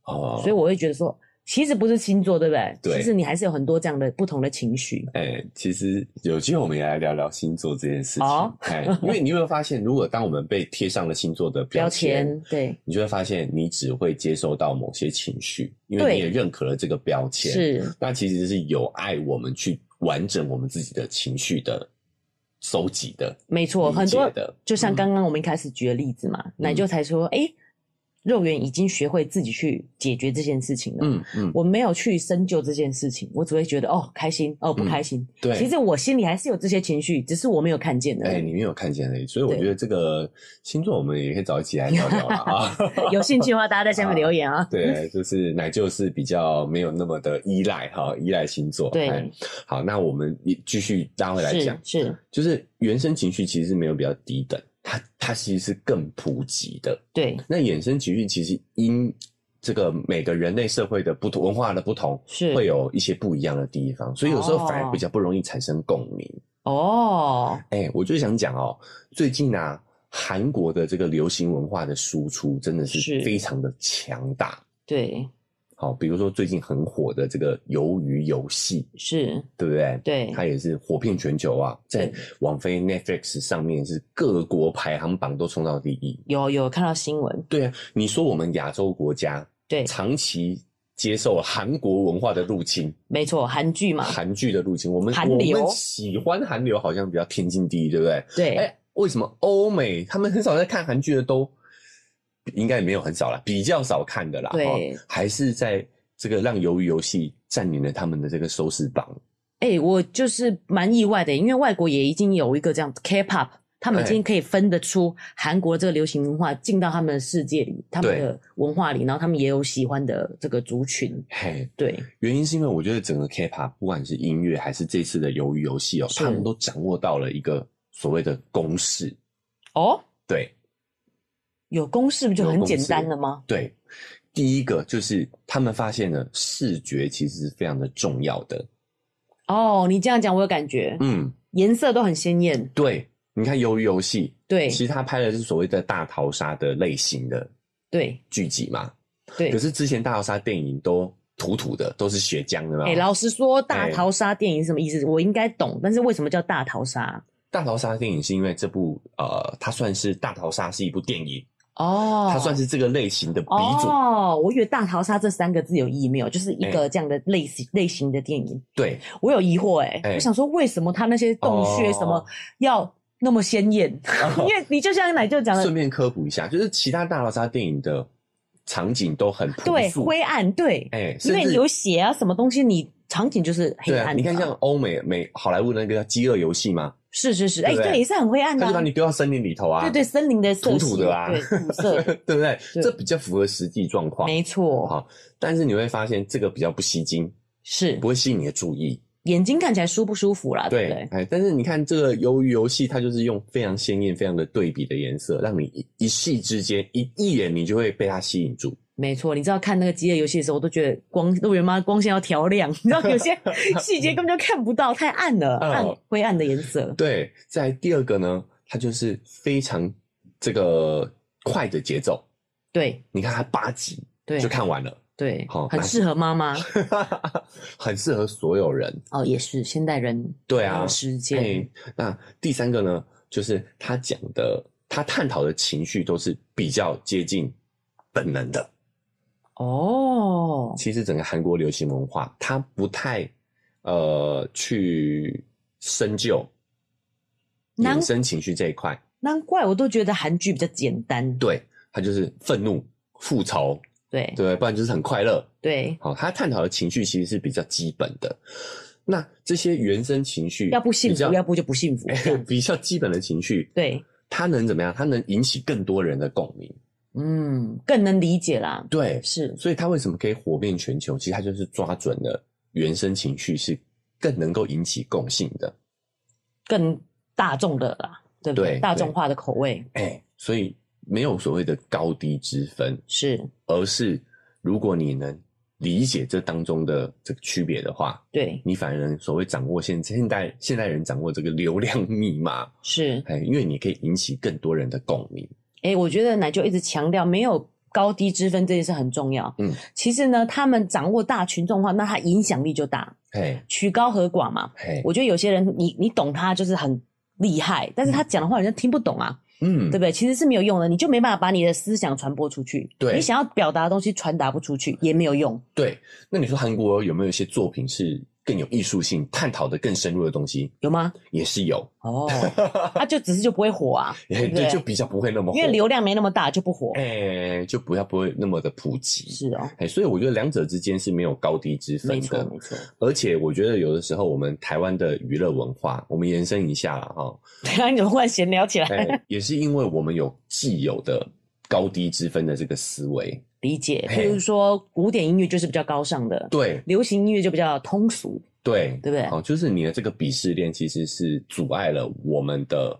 Speaker 2: 哦，
Speaker 1: 所以我会觉得说，其实不是星座，对不对？
Speaker 2: 对
Speaker 1: 其实你还是有很多这样的不同的情绪。
Speaker 2: 哎、其实有机会我们也来聊聊星座这件事情。
Speaker 1: 好
Speaker 2: 哎、因为你有没有发现，如果当我们被贴上了星座的标
Speaker 1: 标
Speaker 2: 签，
Speaker 1: 签对
Speaker 2: 你就会发现你只会接收到某些情绪，因为
Speaker 1: 对
Speaker 2: 你也认可了这个标签。，
Speaker 1: 是，
Speaker 2: 那其实是有碍我们去完整我们自己的情绪的收集的。
Speaker 1: 没错，
Speaker 2: 理
Speaker 1: 很
Speaker 2: 解
Speaker 1: 多
Speaker 2: 的嗯
Speaker 1: 就像刚刚我们一开始举的例子嘛，奶舅才说，哎、肉圆已经学会自己去解决这件事情了。
Speaker 2: 嗯嗯，
Speaker 1: 我没有去深究这件事情，我只会觉得哦开心哦不
Speaker 2: 嗯
Speaker 1: 开心，
Speaker 2: 对。
Speaker 1: 其实我心里还是有这些情绪，只是我没有看见的。
Speaker 2: 哎、你没有看见而已，所以我
Speaker 1: 对
Speaker 2: 觉得这个星座我们也可以找一起来聊 聊了啊。
Speaker 1: 有兴趣的话，大家在下面留言 啊。
Speaker 2: 对，就是奶舅是比较没有那么的依赖哈，依赖星座。
Speaker 1: 对
Speaker 2: 哎好，那我们也继续拉回来讲嗯
Speaker 1: 是，是，
Speaker 2: 就是原生情绪其实是没有比较低等，它它其实是更普及的。
Speaker 1: 对，
Speaker 2: 那衍生情绪其实因这个每个人类社会的不同、文化的不同，
Speaker 1: 是
Speaker 2: 会有一些不一样的地方，所以有时候反而
Speaker 1: 哦
Speaker 2: 比较不容易产生共鸣。
Speaker 1: 哦，
Speaker 2: 哎、我就想讲哦，最近啊，韩国的这个流行文化的输出真的是
Speaker 1: 是
Speaker 2: 非常的强大。
Speaker 1: 对，
Speaker 2: 好，比如说最近很火的这个鱿鱼游戏，
Speaker 1: 是，
Speaker 2: 对不对？
Speaker 1: 对
Speaker 2: 它也是火遍全球啊，在
Speaker 1: 对
Speaker 2: 网飞 Netflix 上面是各国排行榜都冲到第一。
Speaker 1: 有有看到新闻，
Speaker 2: 对啊，你说我们亚洲国家
Speaker 1: 对，
Speaker 2: 长期接受韩国文化的入侵，
Speaker 1: 没错，韩剧嘛，
Speaker 2: 韩剧的入侵，我们
Speaker 1: 韩
Speaker 2: 我
Speaker 1: 流
Speaker 2: 们喜欢韩流好像比较天经地义，对不对？
Speaker 1: 对，
Speaker 2: 哎、为什么欧美他们很少在看韩剧的都，应该也没有很少啦，比较少看的啦，
Speaker 1: 对
Speaker 2: 哦还是在这个让鱿鱼游戏占领了他们的这个收视榜，
Speaker 1: 哎、我就是蛮意外的，因为外国也已经有一个这样 K-pop，他们已
Speaker 2: 哎
Speaker 1: 经可以分得出韩国这个流行文化进到他们的世界里，他们
Speaker 2: 对
Speaker 1: 的文化里，然后他们也有喜欢的这个族群。
Speaker 2: 嘿。
Speaker 1: 对，
Speaker 2: 原因是因为我觉得整个 K-pop 不管是音乐还是这次的鱿鱼游戏哦，
Speaker 1: 是
Speaker 2: 他们都掌握到了一个所谓的公式，
Speaker 1: 哦，
Speaker 2: 对
Speaker 1: 有公式不就
Speaker 2: 有
Speaker 1: 很
Speaker 2: 公
Speaker 1: 简
Speaker 2: 式
Speaker 1: 单了吗？
Speaker 2: 对。第一个就是他们发现了视觉其实是非常的重要的，
Speaker 1: 哦，你这样讲我有感觉，
Speaker 2: 嗯，
Speaker 1: 颜色都很鲜艳。
Speaker 2: 对。你看鱿鱼游戏，
Speaker 1: 对
Speaker 2: 其实他拍的是所谓的大逃杀的类型的
Speaker 1: 对
Speaker 2: 剧集嘛。
Speaker 1: 对
Speaker 2: 可，是之前大逃杀电影都土土的，都是血浆的嘛。
Speaker 1: 哎、老实说，大
Speaker 2: 哎
Speaker 1: 逃杀电影是什么意思？我应该懂，但是为什么叫大逃杀？
Speaker 2: 大逃杀电影是因为这部呃，它算是大逃杀是一部电影，
Speaker 1: 哦，
Speaker 2: 它算是这个类型的鼻祖。哎
Speaker 1: 哦，我以为“大逃杀”这三个字有意义没有，就是一个这样的类型、类型的电影。
Speaker 2: 对，
Speaker 1: 我有疑惑哎、
Speaker 2: 哎
Speaker 1: 我想说为什么他那些洞穴
Speaker 2: 哦
Speaker 1: 什么要那么鲜艳？ 因为你就像奶舅讲
Speaker 2: 顺
Speaker 1: 的，
Speaker 2: 便科普一下，就是其他大逃杀电影的场景都很朴
Speaker 1: 对，
Speaker 2: 素。
Speaker 1: 灰暗，对，
Speaker 2: 哎、
Speaker 1: 因
Speaker 2: 甚
Speaker 1: 为
Speaker 2: 至
Speaker 1: 有血啊，什么东西，你场景就是黑
Speaker 2: 对
Speaker 1: 暗的啊、
Speaker 2: 啊，你看像欧美美好莱坞那个《饥饿游戏》嘛，
Speaker 1: 是是是，哎、
Speaker 2: 对不对
Speaker 1: 对，也是很灰暗的
Speaker 2: 它
Speaker 1: 啊、
Speaker 2: 就把你丢到森林里头啊，
Speaker 1: 对对，森林的色
Speaker 2: 土
Speaker 1: 系，
Speaker 2: 土的啊
Speaker 1: 对，土 色的，
Speaker 2: 对不对？
Speaker 1: 对
Speaker 2: 这比较符合实际状况。
Speaker 1: 没错，
Speaker 2: 好，但是你会发现这个比较不吸睛，
Speaker 1: 是
Speaker 2: 不会吸引你的注意。
Speaker 1: 眼睛看起来舒不舒服啦，啊对
Speaker 2: 对
Speaker 1: 不对，？
Speaker 2: 哎，但是你看这个鱿鱼游戏，它就是用非常鲜艳、非常的对比的颜色，让你一一夕之间一一眼你就会被它吸引住。
Speaker 1: 没错，你知道看那个饥饿游戏的时候，我都觉得光肉圆妈光线要调亮，你知道有 些细节根本就看不到，太暗了，
Speaker 2: 哦
Speaker 1: 暗灰暗的颜色。
Speaker 2: 对，在第二个呢，它就是非常这个快的节奏。
Speaker 1: 对
Speaker 2: 你看它八集
Speaker 1: 对
Speaker 2: 就看完了，
Speaker 1: 对
Speaker 2: 好，
Speaker 1: 很
Speaker 2: 那
Speaker 1: 适合妈妈
Speaker 2: 很适合所有人。
Speaker 1: 哦，也是现代人
Speaker 2: 对啊
Speaker 1: 没有时
Speaker 2: 哎、
Speaker 1: 间
Speaker 2: 那第三个呢，就是他讲的，他探讨的情绪都是比较接近本能的。
Speaker 1: 哦，
Speaker 2: 其实整个韩国流行文化，它不太呃去深究
Speaker 1: 难
Speaker 2: 衍生情绪这一块，
Speaker 1: 难怪我都觉得韩剧比较简单。
Speaker 2: 对，它就是愤怒、复仇，
Speaker 1: 对
Speaker 2: 对，不然就是很快乐，
Speaker 1: 对，
Speaker 2: 好，他探讨的情绪其实是比较基本的。那这些原生情绪，
Speaker 1: 要不幸
Speaker 2: 比较
Speaker 1: 福，要 不就不幸福。这样
Speaker 2: 比较基本的情绪，
Speaker 1: 对，
Speaker 2: 它能怎么样？它能引起更多人的共鸣。
Speaker 1: 嗯，更能理解啦。
Speaker 2: 对，
Speaker 1: 是，
Speaker 2: 所以它为什么可以火遍全球？其实它就是抓准了原生情绪是更能够引起共性的。
Speaker 1: 更大众的啦，对不
Speaker 2: 对
Speaker 1: 对？大
Speaker 2: 对
Speaker 1: 众化的口味
Speaker 2: 哎、所以没有所谓的高低之分，
Speaker 1: 是
Speaker 2: 而是如果你能理解这当中的这个区别的话，
Speaker 1: 对，
Speaker 2: 你反而能所谓掌握现现代现代人掌握这个流量密码。
Speaker 1: 是。
Speaker 2: 哎，因为你可以引起更多人的共鸣。
Speaker 1: 哎、我觉得奶就一直强调没有高低之分这件事很重要。
Speaker 2: 嗯，
Speaker 1: 其实呢，他们掌握大群众化，那他影响力就大，
Speaker 2: 嘿，
Speaker 1: 曲高和寡嘛。
Speaker 2: 嘿，
Speaker 1: 我觉得有些人你你懂他就是很厉害，但是他讲的话人家听不懂啊，
Speaker 2: 嗯
Speaker 1: 对不，对？其实是没有用的，你就没办法把你的思想传播出去。
Speaker 2: 对
Speaker 1: 你想要表达的东西传达不出去也没有用。
Speaker 2: 对。那你说韩国有没有一些作品是更有艺术性、探讨的更深入的东西？
Speaker 1: 有吗？
Speaker 2: 也是有，
Speaker 1: 哦，他、就只是就不会火啊，对
Speaker 2: 也
Speaker 1: 不
Speaker 2: 对，
Speaker 1: 对？
Speaker 2: 就比较不会那么火
Speaker 1: 因为流量没那么大就不火。
Speaker 2: 哎，就不要不会那么的普及。
Speaker 1: 是哦，
Speaker 2: 哎，所以我觉得两者之间是没有高低之
Speaker 1: 没
Speaker 2: 分
Speaker 1: 错
Speaker 2: 的。
Speaker 1: 没错。
Speaker 2: 而且我觉得有的时候我们台湾的娱乐文化，我们延伸一下了 哈，
Speaker 1: 等一啊下你怎么忽然闲聊起来？
Speaker 2: 哎，也是因为我们有既有的高低之分的这个思维，
Speaker 1: 理解，
Speaker 2: 嘿
Speaker 1: 譬如说古典音乐就是比较高尚的，
Speaker 2: 对
Speaker 1: 流行音乐就比较通俗，
Speaker 2: 对
Speaker 1: 对不对？
Speaker 2: 哦，就是你的这个鄙视链其实是阻碍了我们的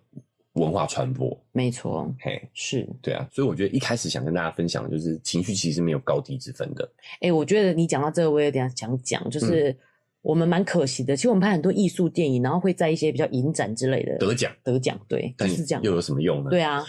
Speaker 2: 文化传播。
Speaker 1: 没错，
Speaker 2: 嘿，
Speaker 1: 是。
Speaker 2: 对啊，所以我觉得一开始想跟大家分享的就是情绪其实没有高低之分的。
Speaker 1: 哎、我觉得你讲到这个，我有点想讲，
Speaker 2: 嗯
Speaker 1: 就是我们蛮可惜的。其实我们拍很多艺术电影，然后会在一些比较影展之类的
Speaker 2: 得奖，
Speaker 1: 得奖，对，就
Speaker 2: 但
Speaker 1: 是这样
Speaker 2: 又。有什么用呢？
Speaker 1: 对 啊，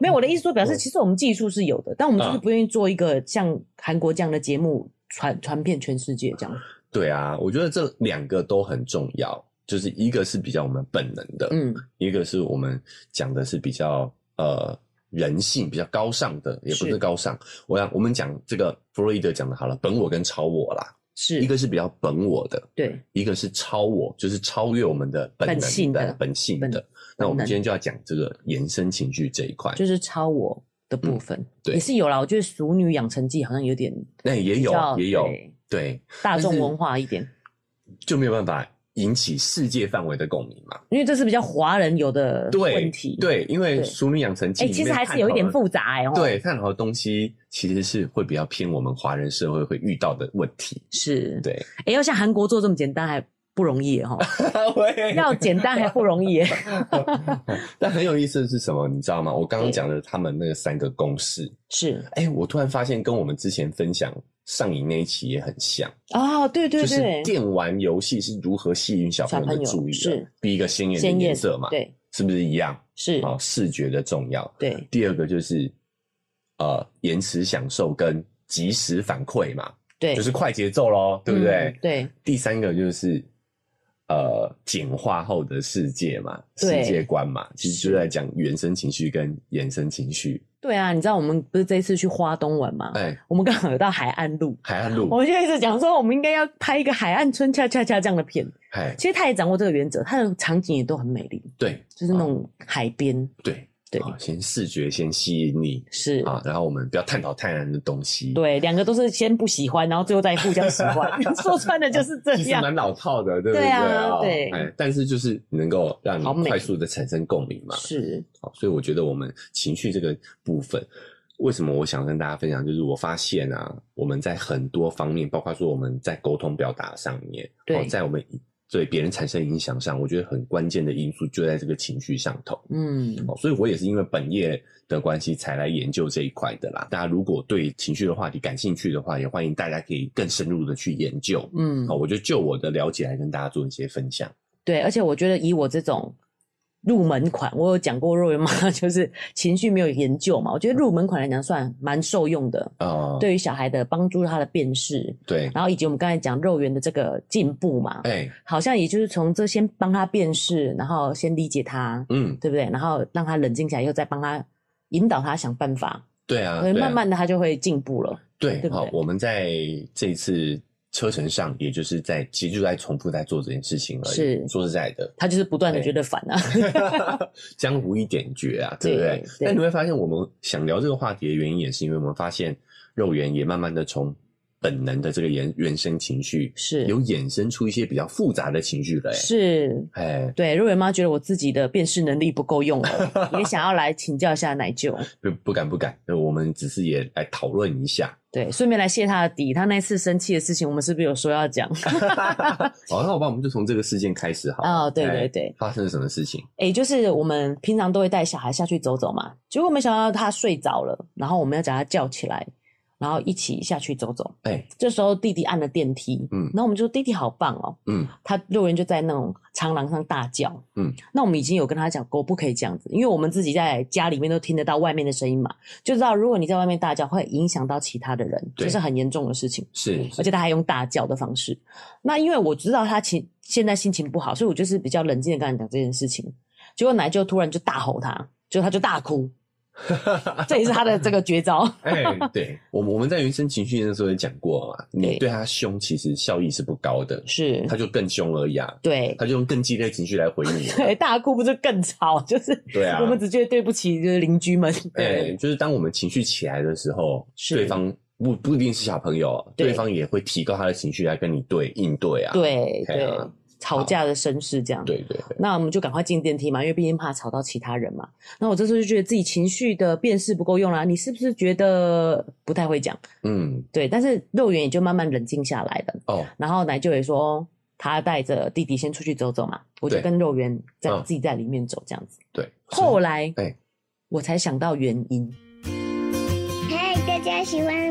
Speaker 1: 没有我的意思说表示，其实我们技术是有的，但我们就是
Speaker 2: 嗯
Speaker 1: 不愿意做一个像韩国这样的节目传传遍全世界这样。
Speaker 2: 对啊，我觉得这两个都很重要，就是一个是比较我们本能的，
Speaker 1: 嗯，
Speaker 2: 一个是我们讲的是比较呃人性比较高尚的，也不
Speaker 1: 是
Speaker 2: 是高尚。我想我们讲这个弗洛伊德讲的好了，本我跟超我啦，
Speaker 1: 是
Speaker 2: 一个是比较本我的，
Speaker 1: 对
Speaker 2: 一个是超我，就是超越我们的本能
Speaker 1: 本性的
Speaker 2: 的本性的
Speaker 1: 本。
Speaker 2: 那我们
Speaker 1: 本能
Speaker 2: 今天就要讲这个延伸情绪这一块，
Speaker 1: 就是超我的部分、
Speaker 2: 嗯对
Speaker 1: 也是有啦。我觉得《熟女养成记》好像有点
Speaker 2: 那也有
Speaker 1: 比较
Speaker 2: 也有
Speaker 1: 对
Speaker 2: 对，
Speaker 1: 大
Speaker 2: 但
Speaker 1: 众
Speaker 2: 是
Speaker 1: 文化一点，
Speaker 2: 就没有办法引起世界范围的共鸣嘛。
Speaker 1: 因为这是比较华人有的
Speaker 2: 对，
Speaker 1: 问题。，
Speaker 2: 对，因为
Speaker 1: 对
Speaker 2: 《熟女养成记
Speaker 1: 哎、》
Speaker 2: 里
Speaker 1: 其实
Speaker 2: 面
Speaker 1: 还是
Speaker 2: 探
Speaker 1: 有一
Speaker 2: 讨
Speaker 1: 点
Speaker 2: 的
Speaker 1: 复杂哎、哦。，
Speaker 2: 对，探讨的东西其实是会比较偏我们华人社会会遇到的问题。
Speaker 1: 是，
Speaker 2: 对，
Speaker 1: 哎、要像韩国做这么简单还不容易 哈、
Speaker 2: 喂
Speaker 1: 要简单还不容 易、
Speaker 2: 但很有意思的是什么，你知道吗？我刚刚
Speaker 1: 对
Speaker 2: 讲的他们那个三个公式，
Speaker 1: 是
Speaker 2: 哎、我突然发现跟我们之前分享上瘾那一期也很像，
Speaker 1: 哦，对对
Speaker 2: 就是
Speaker 1: 对，
Speaker 2: 电玩游戏是如何吸引小朋友的
Speaker 1: 小朋友
Speaker 2: 注意的
Speaker 1: 是。
Speaker 2: 第一个鲜艳的颜色嘛，，
Speaker 1: 对
Speaker 2: 是不是一样？
Speaker 1: 是，
Speaker 2: 啊、视觉的重要。
Speaker 1: 对
Speaker 2: 第二个就是呃延迟享受跟及时反馈嘛，
Speaker 1: 对，
Speaker 2: 就是快节奏咯，对不对？
Speaker 1: 嗯对，
Speaker 2: 第三个就是呃简化后的世界嘛，世
Speaker 1: 对
Speaker 2: 界观嘛，其实就在讲原生情绪跟衍生情绪。
Speaker 1: 对啊，你知道我们不是这一次去花东玩吗？
Speaker 2: 哎、
Speaker 1: 我们刚好有到海岸路。
Speaker 2: 海岸路
Speaker 1: 我，们就一直讲说，我们应该要拍一个海岸村恰恰恰这样的片。
Speaker 2: 哎，
Speaker 1: 其实他也掌握这个原则，他的场景也都很美丽，
Speaker 2: 对
Speaker 1: 就是那种
Speaker 2: 哦
Speaker 1: 海边，
Speaker 2: 对
Speaker 1: 对
Speaker 2: 啊先视觉先吸引你
Speaker 1: 是
Speaker 2: 啊，然后我们不要探讨太难的东西。。
Speaker 1: 对，两个都是先不喜欢，然后最后再互相喜欢。 说穿了就是这
Speaker 2: 其实
Speaker 1: 样，
Speaker 2: 蛮老套的，对不
Speaker 1: 啊对啊
Speaker 2: 哦
Speaker 1: 对
Speaker 2: 哎，但是就是能够让你
Speaker 1: 好美
Speaker 2: 快速的产生共鸣嘛。
Speaker 1: 是
Speaker 2: 好，所以我觉得我们情绪这个部分，为什么我想跟大家分享，就是我发现啊，我们在很多方面，包括说我们在沟通表达上面，
Speaker 1: 对
Speaker 2: 哦在我们对别人产生影响上，我觉得很关键的因素就在这个情绪上头。
Speaker 1: 嗯，
Speaker 2: 哦，所以我也是因为本业的关系才来研究这一块的啦。大家如果对情绪的话题感兴趣的话，也欢迎大家可以更深入的去研究。
Speaker 1: 嗯
Speaker 2: 好，，我就就我的了解来跟大家做一些分享。
Speaker 1: 对，而且我觉得以我这种入门款，我有讲过肉圆妈 就是情绪没有研究嘛，我觉得入门款来讲算蛮受用的，
Speaker 2: 哦，
Speaker 1: 对于小孩的帮助他的辨识，
Speaker 2: 对，
Speaker 1: 然后以及我们刚才讲肉圆的这个进步嘛，
Speaker 2: 哎，
Speaker 1: 好像也就是从这先帮他辨识，然后先理解他，
Speaker 2: 嗯，
Speaker 1: 对不对？然后让他冷静下来以后，再帮他引导他想办法，
Speaker 2: 对啊，
Speaker 1: 所以
Speaker 2: 对啊
Speaker 1: 慢慢的他就会进步了。
Speaker 2: 对，
Speaker 1: 对不
Speaker 2: 好
Speaker 1: 对，
Speaker 2: 我们在这一次车程上，也就是在其实就在重复在做这件事情而已。
Speaker 1: 是
Speaker 2: 说实在的，
Speaker 1: 他就是不断的觉得烦啊，
Speaker 2: 江湖一点绝啊，对不对
Speaker 1: 对？对
Speaker 2: 但你会发现，我们想聊这个话题的原因，也是因为我们发现肉圆也慢慢的从本能的这个原原生情绪，
Speaker 1: 是
Speaker 2: 有衍生出一些比较复杂的情绪了、欸。
Speaker 1: 是，
Speaker 2: 哎，
Speaker 1: 对，若圆妈觉得我自己的辨识能力不够用了，也想要来请教一下奶舅，
Speaker 2: 不不敢不敢，那我们只是也来讨论 一下。
Speaker 1: 对，顺便来泄他的底，他那次生气的事情，我们是不是有说要讲？
Speaker 2: 好，那我吧，我们就从这个事件开始好了。
Speaker 1: 哦对对
Speaker 2: 哎
Speaker 1: 对，
Speaker 2: 发生了什么事情？
Speaker 1: 诶，就是我们平常都会带小孩下去走走嘛，结果没想到他睡着了，然后我们要把他叫起来，然后一起下去走走。
Speaker 2: 哎，
Speaker 1: 这时候弟弟按了电梯，
Speaker 2: 嗯
Speaker 1: 嗯，然后我们就说弟弟好棒哦，
Speaker 2: 嗯，
Speaker 1: 他肉圆就在那种长廊上大叫，
Speaker 2: 嗯
Speaker 1: 嗯，那我们已经有跟他讲过不可以这样子，因为我们自己在家里面都听得到外面的声音嘛，就知道如果你在外面大叫会影响到其他的人，
Speaker 2: 对
Speaker 1: 这是很严重的事情，
Speaker 2: 是，是
Speaker 1: 而且他还用大叫的方式。那因为我知道他情现在心情不好，所以我就是比较冷静的跟他讲这件事情。结果奶舅突然就大吼他，结果他就大 哭，这也是他的这个绝招。
Speaker 2: 哎，对，我们我们在原生情绪的时候也讲过嘛，你
Speaker 1: 对
Speaker 2: 对他凶，其实效益是不高的，
Speaker 1: 是
Speaker 2: 他，就更凶而已啊，
Speaker 1: 对
Speaker 2: 他就用更激烈的情绪来回应你。
Speaker 1: 对，大哭不就更吵？就是
Speaker 2: 对啊
Speaker 1: 我们只觉得对不起就是邻居们。
Speaker 2: 哎，
Speaker 1: 对，
Speaker 2: 就是当我们情绪起来的时候，
Speaker 1: 是
Speaker 2: 对方不不一定是小朋友，
Speaker 1: 对
Speaker 2: 对方也会提高他的情绪来跟你对应对啊。
Speaker 1: 对
Speaker 2: 哎呀
Speaker 1: 对，吵架的绅士这样。
Speaker 2: 对对对，
Speaker 1: 那我们就赶快进电梯嘛，因为毕竟怕吵到其他人嘛。那我这时候就觉得自己情绪的辨识不够用啦。你是不是觉得不太会讲？
Speaker 2: 嗯，
Speaker 1: 对，但是肉圆也就慢慢冷静下来了。
Speaker 2: 哦，
Speaker 1: 然后奶舅也说他带着弟弟先出去走走嘛，我就
Speaker 2: 对
Speaker 1: 跟肉圆在
Speaker 2: 嗯
Speaker 1: 自己在里面走这样子。
Speaker 2: 对，
Speaker 1: 后来
Speaker 2: 哎
Speaker 1: 我才想到原因，
Speaker 6: 嗨，大家喜欢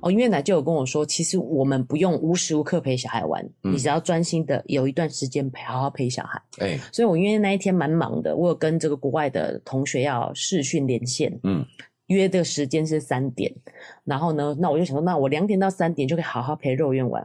Speaker 1: 哦，因为奶就有跟我说，其实我们不用无时无刻陪小孩玩，
Speaker 2: 嗯
Speaker 1: 你只要专心的有一段时间陪，好好陪小孩。
Speaker 2: 哎，
Speaker 1: 所以我因为那一天蛮忙的，我有跟这个国外的同学要视讯连线，
Speaker 2: 嗯，
Speaker 1: 约的时间是三点，然后呢，那我就想说，那我两点到三点就可以好好陪肉圆玩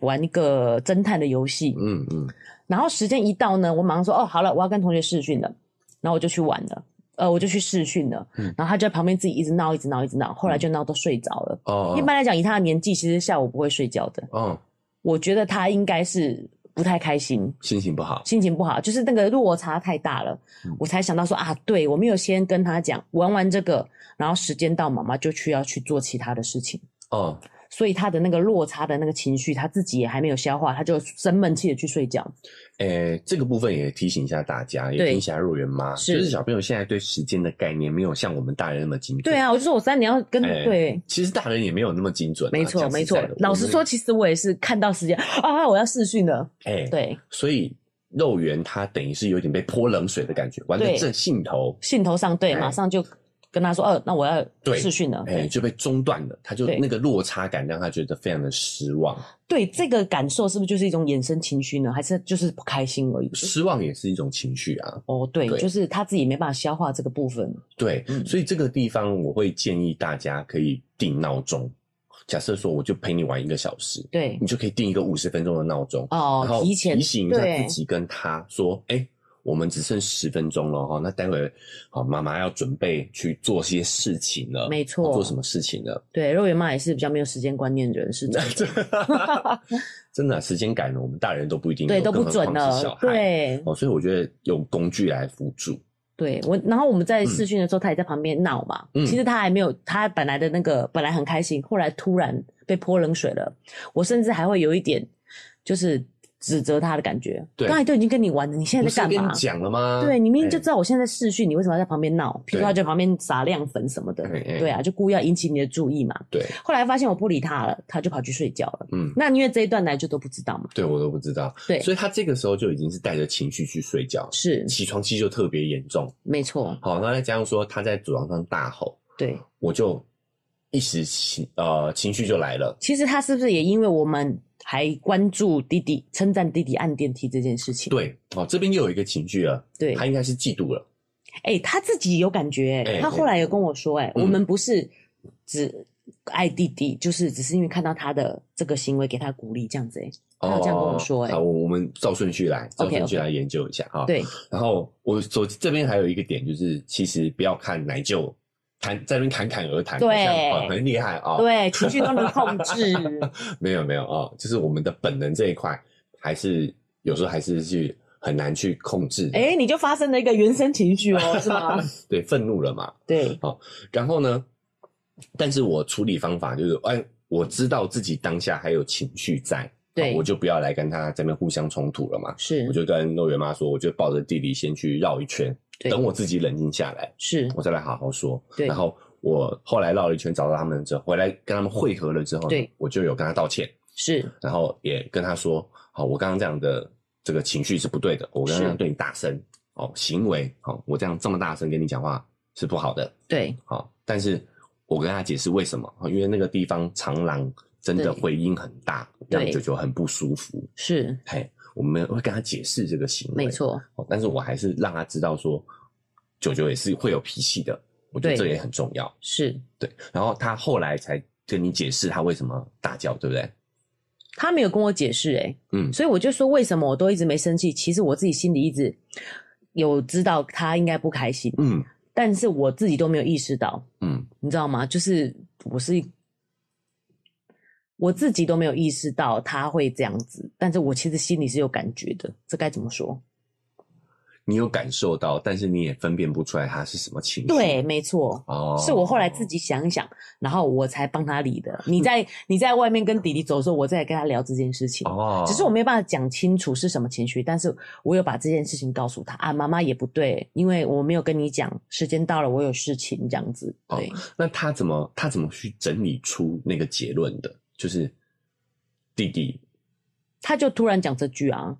Speaker 1: 玩一个侦探的游戏，
Speaker 2: 嗯嗯，
Speaker 1: 然后时间一到呢，我马上说哦，好了，我要跟同学试训了，然后我就去玩了，呃，我就去试训了，
Speaker 2: 嗯
Speaker 1: 然后他就在旁边自己一直闹，一直闹，一直闹，后来就闹到睡着了。
Speaker 2: 哦
Speaker 1: 一般来讲，以他的年纪，其实下午不会睡觉的。
Speaker 2: 哦，
Speaker 1: 我觉得他应该是不太开心，
Speaker 2: 心情不好。
Speaker 1: 心情不好，就是那个落差太大了，
Speaker 2: 嗯
Speaker 1: 我才想到说啊，对我没有先跟他讲玩完这个，然后时间到，妈妈就去要去做其他的事情，
Speaker 2: 哦，
Speaker 1: 所以他的那个落差的那个情绪，他自己也还没有消化，他就生闷气的去睡觉。
Speaker 2: 哎，这个部分也提醒一下大家，也提
Speaker 1: 对
Speaker 2: 醒一下肉圆妈，
Speaker 1: 是
Speaker 2: 就是小朋友现在对时间的概念没有像我们大人那么精准。
Speaker 1: 对啊，我就说我三点要跟、
Speaker 2: 哎，
Speaker 1: 对。
Speaker 2: 其实大人也没有那么精准啊。
Speaker 1: 没错，
Speaker 2: 讲实
Speaker 1: 没错
Speaker 2: 在的。
Speaker 1: 老实，
Speaker 2: 我
Speaker 1: 说，
Speaker 2: 们
Speaker 1: 其实我也是看到时间啊，我要试训了。
Speaker 2: 哎，
Speaker 1: 对，
Speaker 2: 所以肉圆他等于是有点被泼冷水的感觉，玩的
Speaker 1: 对
Speaker 2: 正兴头，
Speaker 1: 兴头上对，
Speaker 2: 哎
Speaker 1: 马上就跟他说，哦、那我要
Speaker 2: 对
Speaker 1: 试训了。
Speaker 2: 哎、就被中断了，他就
Speaker 1: 对嗯
Speaker 2: 那个落差感让他觉得非常的失望，
Speaker 1: 对这个感受是不是就是一种衍生情绪呢？还是就是不开心而已？
Speaker 2: 失望也是一种情绪啊，
Speaker 1: 哦，对，
Speaker 2: 对
Speaker 1: 就是他自己没办法消化这个部分。
Speaker 2: 对，
Speaker 1: 嗯
Speaker 2: 所以这个地方我会建议大家可以定闹钟，假设说我就陪你玩一个小时，
Speaker 1: 对
Speaker 2: 你，就可以定一个五十分钟的闹钟，嗯然
Speaker 1: 哦，
Speaker 2: 后
Speaker 1: 提前
Speaker 2: 提醒一下
Speaker 1: 对
Speaker 2: 自己跟他说，哎、我们只剩十分钟了哈，那待会好妈妈要准备去做些事情了，
Speaker 1: 没错
Speaker 2: 哦做什么事情了？
Speaker 1: 对，肉圆妈也是比较没有时间观念的人，是的，
Speaker 2: 真的、时间赶了，我们大人都不一定
Speaker 1: 对
Speaker 2: 有
Speaker 1: 都不
Speaker 2: 更何
Speaker 1: 准
Speaker 2: 况是小
Speaker 1: 了
Speaker 2: 孩，
Speaker 1: 对
Speaker 2: 哦，所以我觉得用工具来辅助，
Speaker 1: 对。我然后我们在试训的时候，他也在旁边闹嘛。
Speaker 2: 嗯
Speaker 1: 其实他还没有，他本来的那个本来很开心，后来突然被泼冷水了。我甚至还会有一点就是指责他的感觉。
Speaker 2: 对
Speaker 1: 刚才都已经跟你玩了，你现
Speaker 2: 不
Speaker 1: 在
Speaker 2: 是
Speaker 1: 在
Speaker 2: 跟
Speaker 1: 干
Speaker 2: 你
Speaker 1: 嘛？
Speaker 2: 讲了吗？
Speaker 1: 对，你明明就
Speaker 2: 哎
Speaker 1: 知道我现在在视讯，你为什么要在旁边闹？譬如说他
Speaker 2: 对
Speaker 1: 在旁边撒亮粉什么的
Speaker 2: 哎哎，
Speaker 1: 对啊，就故意要引起你的注意嘛。
Speaker 2: 对，
Speaker 1: 后来发现我不理他了，他就跑去睡觉了。
Speaker 2: 嗯，
Speaker 1: 那因为这一段来就都不知道嘛，
Speaker 2: 对我都不知道。
Speaker 1: 对
Speaker 2: 所以他这个时候就已经是带着情绪去睡觉，
Speaker 1: 是
Speaker 2: 起床气就特别严重。
Speaker 1: 没错，
Speaker 2: 好，那再加上说他在走廊上大吼，
Speaker 1: 对。
Speaker 2: 我就一时情呃情绪就来了。
Speaker 1: 其实他是不是也因为我们还关注弟弟称赞弟弟按电梯这件事情？
Speaker 2: 对，哦，这边又有一个情绪了，
Speaker 1: 对
Speaker 2: 他应该是嫉妒了。
Speaker 1: 哎、他自己有感觉、
Speaker 2: 哎
Speaker 1: 哎，他后来有跟我说、哎、
Speaker 2: 嗯
Speaker 1: 我们不是只爱弟弟，就是只是因为看到他的这个行为给他鼓励这样子、哎，他有这样跟我说、
Speaker 2: 哦
Speaker 1: 哎、
Speaker 2: 好，我我们照顺序来，照
Speaker 1: OK，OK
Speaker 2: 顺序来研究一下哈。，
Speaker 1: 对，
Speaker 2: 然后我所这边还有一个点就是，其实不要看奶舅谈在那边侃侃而谈，
Speaker 1: 对
Speaker 2: 好像哦很厉害啊、哦。
Speaker 1: 对，情绪都能控 制，
Speaker 2: 没有没有啊、哦，就是我们的本能这一块，还是有时候还是去很难去控制。
Speaker 1: 哎、你就发生了一个原生情绪哦，是 吗？
Speaker 2: 对，愤怒了嘛。
Speaker 1: 对，
Speaker 2: 然后呢，但是我处理方法就是，哎，我知道自己当下还有情绪在，
Speaker 1: 对
Speaker 2: 我就不要来跟他这边互相冲突了嘛。
Speaker 1: 是
Speaker 2: 我就跟肉圆妈说，我就抱着弟弟先去绕一圈，
Speaker 1: 对
Speaker 2: 等我自己冷静下来，
Speaker 1: 是，
Speaker 2: 我再来好好说。
Speaker 1: 对
Speaker 2: 然后我后来绕了一圈找到他们之后，回来跟他们会合了之后呢，
Speaker 1: 对
Speaker 2: 我就有跟他道歉，
Speaker 1: 是，
Speaker 2: 然后也跟他说，好，我刚刚这样的这个情绪是不对的，我刚
Speaker 1: 是
Speaker 2: 刚对你大声哦，行为哦，我这样这么大声跟你讲话是不好的。
Speaker 1: 对，
Speaker 2: 好、但是我跟他解释为什么，因为那个地方长廊真的
Speaker 1: 对
Speaker 2: 回音很大，
Speaker 1: 对
Speaker 2: 让九九很不舒服。
Speaker 1: 是，
Speaker 2: 嘿，我们会跟他解释这个行为，
Speaker 1: 没错，
Speaker 2: 哦、但是我还是让他知道说，九九也是会有脾气的，我觉得
Speaker 1: 对
Speaker 2: 这也很重要。
Speaker 1: 是。
Speaker 2: 对，然后他后来才跟你解释他为什么大叫，对不对？
Speaker 1: 他没有跟我解释、欸，
Speaker 2: 嗯
Speaker 1: 所以我就说为什么我都一直没生气，其实我自己心里一直有知道他应该不开心，
Speaker 2: 嗯
Speaker 1: 但是我自己都没有意识到，
Speaker 2: 嗯，
Speaker 1: 你知道吗？就是我是我自己都没有意识到他会这样子，但是我其实心里是有感觉的，这该怎么说？
Speaker 2: 你有感受到，但是你也分辨不出来他是什么情绪。
Speaker 1: 对，，没错。
Speaker 2: 哦，
Speaker 1: 是我后来自己想一想，然后我才帮他理的。你在你在外面跟弟弟走的时候，我再来跟他聊这件事情。
Speaker 2: 哦，
Speaker 1: 只是我没有办法讲清楚是什么情绪，但是我有把这件事情告诉他啊，妈妈也不对，因为我没有跟你讲，时间到了，我有事情这样子。
Speaker 2: 哦
Speaker 1: 对，
Speaker 2: 那他怎么他怎么去整理出那个结论的？就是弟弟
Speaker 1: 他就突然讲这句啊，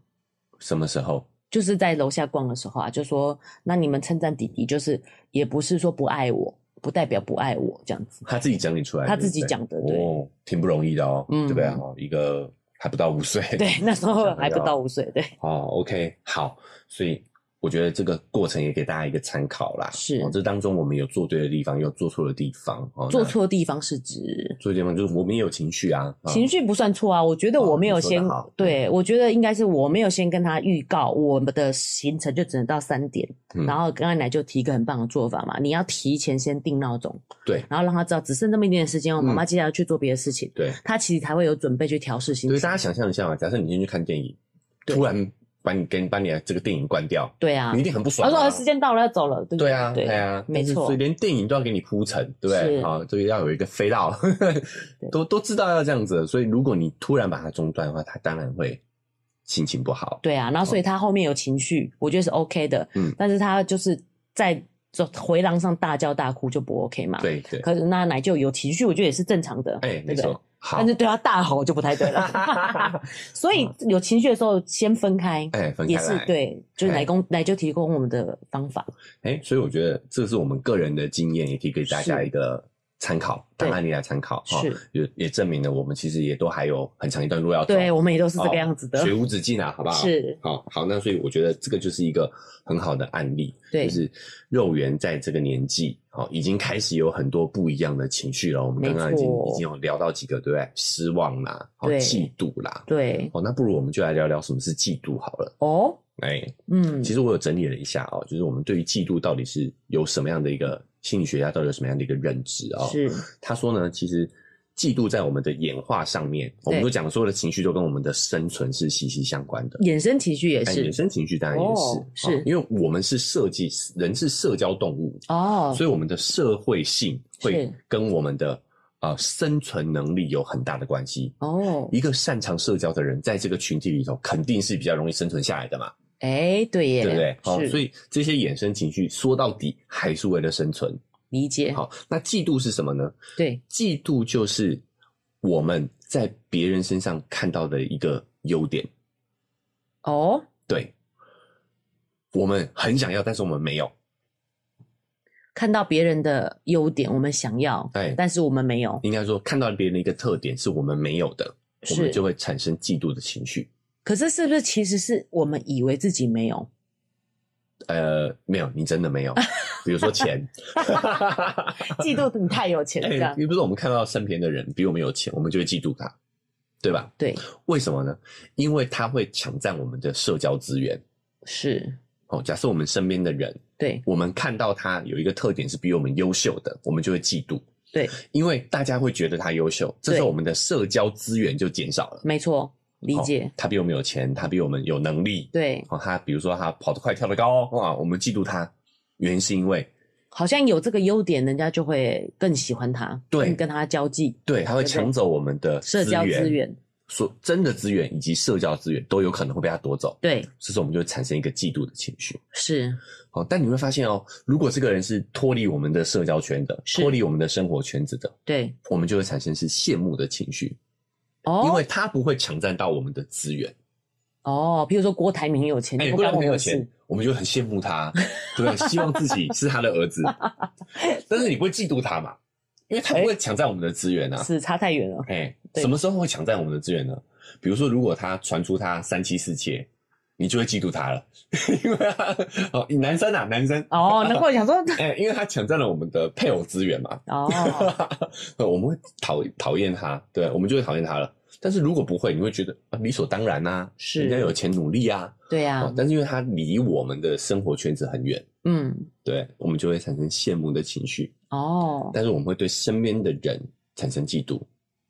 Speaker 2: 什么时候？
Speaker 1: 就是在楼下逛的时候啊，就说那你们称赞弟弟，就是也不是说不爱我，不代表不爱我这样子。
Speaker 2: 他自己整理出来，
Speaker 1: 他
Speaker 2: 对不
Speaker 1: 自己
Speaker 2: 对
Speaker 1: 讲的对
Speaker 2: 哦，挺不容易的哦，
Speaker 1: 嗯
Speaker 2: 对不对？哦，一个还不到五岁，
Speaker 1: 对，那时候还不到
Speaker 2: 五
Speaker 1: 五岁，对，
Speaker 2: 哦，OK，好，所以我觉得这个过程也给大家一个参考啦。
Speaker 1: 是
Speaker 2: 哦这当中我们有做对的地方，有做错的地方，哦，
Speaker 1: 做
Speaker 2: 那
Speaker 1: 错地方是指。
Speaker 2: 做对的地方就是我们也有情绪啊，啊
Speaker 1: 情绪不算错啊，我觉得我没有
Speaker 2: 哦
Speaker 1: 先
Speaker 2: 你说得好，
Speaker 1: 对我觉得应该是我没有先跟他预告我们的行程就只能到三点，
Speaker 2: 嗯
Speaker 1: 然后刚才奶就提一个很棒的做法嘛，你要提前先定闹钟，
Speaker 2: 对
Speaker 1: 然后让他知道只剩这么一点点时间哦，
Speaker 2: 嗯
Speaker 1: 妈妈接下来要去做别的事情，
Speaker 2: 对，
Speaker 1: 他其实才会有准备去调试心
Speaker 2: 所以
Speaker 1: 情
Speaker 2: 大。家想象一下嘛，假设你今天去看电影，
Speaker 1: 对
Speaker 2: 突然把你跟把你的这个电影关掉，
Speaker 1: 对啊
Speaker 2: 你一，定很不爽
Speaker 1: 他
Speaker 2: 啊。
Speaker 1: 说呃时间到了要走了，对不
Speaker 2: 对啊，
Speaker 1: 对
Speaker 2: 对啊，
Speaker 1: 没错
Speaker 2: 所以连电影都要给你铺陈，对不对？
Speaker 1: 是
Speaker 2: 啊，这个要有一个飞到，都都知道要这样子的，所以如果你突然把它中断的话，他当然会心情不好。
Speaker 1: 对啊，然后所以他后面有情绪，我觉得是 OK 的，
Speaker 2: 嗯
Speaker 1: 但是他就是在走回廊上大叫大哭就不 OK 嘛，。
Speaker 2: 对对，
Speaker 1: 可是那奶就有情绪，我觉得也是正常的，
Speaker 2: 哎，
Speaker 1: 对
Speaker 2: 没
Speaker 1: 不对？
Speaker 2: 错，好
Speaker 1: 但，是对他大吼就不太对 了。所以有情绪的时候先分开，
Speaker 2: 哎，分
Speaker 1: 也
Speaker 2: 开
Speaker 1: 是
Speaker 2: 来。
Speaker 1: 对，就是奶公奶就提供我们的方法，
Speaker 2: 哎，所以我觉得这是我们个人的经验，也可以给大家
Speaker 1: 是
Speaker 2: 一个参考，
Speaker 1: 对
Speaker 2: 当案例来参考哈
Speaker 1: 是，
Speaker 2: 也也证明了我们其实也都还有很长一段路要走。
Speaker 1: 对我们也都是这
Speaker 2: 哦
Speaker 1: 个样子的
Speaker 2: 学，无止境啊，好不好？
Speaker 1: 是
Speaker 2: 好好，那所以我觉得这个就是一个很好的案例，
Speaker 1: 对
Speaker 2: 就是肉圆在这个年纪，好、已经开始有很多不一样的情绪了。我们刚刚已经
Speaker 1: 没错
Speaker 2: 已经有聊到几个，对不对？失望啦，好、
Speaker 1: 对
Speaker 2: 嫉妒啦，
Speaker 1: 对
Speaker 2: 哦，那不如我们就来聊聊什么是嫉妒好了。
Speaker 1: 哦，
Speaker 2: 哎、
Speaker 1: 嗯
Speaker 2: 其，实我有整理了一下哦，就是我们对于嫉妒到底是有什么样的一个心理学家到底有什么样的一个认知哦？
Speaker 1: 是
Speaker 2: 他说呢，其实嫉妒在我们的演化上面，我们
Speaker 1: 对
Speaker 2: 都讲所有的情绪都跟我们的生存是息息相关的。
Speaker 1: 衍生情绪也
Speaker 2: 哎衍
Speaker 1: 是
Speaker 2: 生情绪当然也是，
Speaker 1: 哦是
Speaker 2: 啊因为我们是设计人是社交动物，
Speaker 1: 哦，
Speaker 2: 所以我们的社会性会
Speaker 1: 是
Speaker 2: 跟我们的啊、生存能力有很大的关系。
Speaker 1: 哦，
Speaker 2: 一个擅长社交的人，在这个群体里头，肯定是比较容易生存下来的嘛，
Speaker 1: 哎，对耶，
Speaker 2: 对不对？好、
Speaker 1: 是
Speaker 2: 所以这些衍生情绪说到底还是为了生存。
Speaker 1: 理解，
Speaker 2: 好，那嫉妒是什么呢？
Speaker 1: 对，
Speaker 2: 嫉妒就是我们在别人身上看到的一个优点，
Speaker 1: 哦，
Speaker 2: 对，我们很想要，但是我们没有。
Speaker 1: 看到别人的优点，我们想要，
Speaker 2: 对
Speaker 1: 但是我们没有。
Speaker 2: 应该说，看到别人的一个特点是我们没有的，我
Speaker 1: 是
Speaker 2: 们就会产生嫉妒的情绪。
Speaker 1: 可是是不是其实是我们以为自己没 有？
Speaker 2: 呃，没有，你真的没有。比如说钱，
Speaker 1: 嫉妒你太有钱了这
Speaker 2: 哎，
Speaker 1: 样？
Speaker 2: 你不是我们看到身边的人比我们有钱，我们就会嫉妒他，对吧？
Speaker 1: 对，
Speaker 2: 为什么呢？因为他会抢占我们的社交资源。
Speaker 1: 是，
Speaker 2: 哦，假设我们身边的人，
Speaker 1: 对，
Speaker 2: 我们看到他有一个特点是比我们优秀的，我们就会嫉妒，
Speaker 1: 对，
Speaker 2: 因为大家会觉得他优秀，这时候
Speaker 1: 对
Speaker 2: 我们的社交资源就减少了。
Speaker 1: 没错，理
Speaker 2: 哦
Speaker 1: 解，
Speaker 2: 他比我们有钱，他比我们有能力，
Speaker 1: 对，
Speaker 2: 哦，他比如说他跑得快，跳得高，哇，我们嫉妒他，原因是因为
Speaker 1: 好像有这个优点，人家就会更喜欢他，
Speaker 2: 对
Speaker 1: 更跟他交际，
Speaker 2: 对他会
Speaker 1: 对
Speaker 2: 抢走我们的
Speaker 1: 社交资源，
Speaker 2: 所真的资源以及社交资源都有可能会被他夺走，
Speaker 1: 对，
Speaker 2: 这时候我们就会产生一个嫉妒的情绪。
Speaker 1: 是，
Speaker 2: 哦，但你会发现哦，如果这个人是脱离我们的社交圈的，
Speaker 1: 是
Speaker 2: 脱离我们的生活圈子的，
Speaker 1: 对，
Speaker 2: 我们就会产生是羡慕的情绪，因
Speaker 1: 哦
Speaker 2: 为他不会抢占到我们的资源。
Speaker 1: 哦，譬如说郭台铭很有钱，
Speaker 2: 哎、
Speaker 1: 就
Speaker 2: 不
Speaker 1: 不
Speaker 2: 然
Speaker 1: 干我
Speaker 2: 很
Speaker 1: 们
Speaker 2: 有
Speaker 1: 的事
Speaker 2: 钱，我们就很羡慕他，对不对？希望自己是他的 儿子，但是你不会嫉妒他嘛？因为他不会抢占我们的资源啊。
Speaker 1: 哎是差太远了，
Speaker 2: 哎、
Speaker 1: 对
Speaker 2: 什么时候会抢占我们的资源呢？比如说，如果他传出他三妻四妾，你就会嫉妒他了， 因为他哦，男生啊，男生
Speaker 1: 哦，难怪我想说，
Speaker 2: 哎、因为他抢占了我们的配偶资源嘛，
Speaker 1: 哦，
Speaker 2: 呃我们会讨讨厌他，对，我们就会讨厌他了。但是如果不会，你会觉得啊理所当然啊，
Speaker 1: 是嗯
Speaker 2: 人家有钱努力啊，
Speaker 1: 对
Speaker 2: 哦
Speaker 1: 呀，
Speaker 2: 但是因为他离我们的生活圈子很远，
Speaker 1: 嗯，
Speaker 2: 对我们就会产生羡慕的情绪，
Speaker 1: 哦，
Speaker 2: 但是我们会对身边的人产生嫉妒。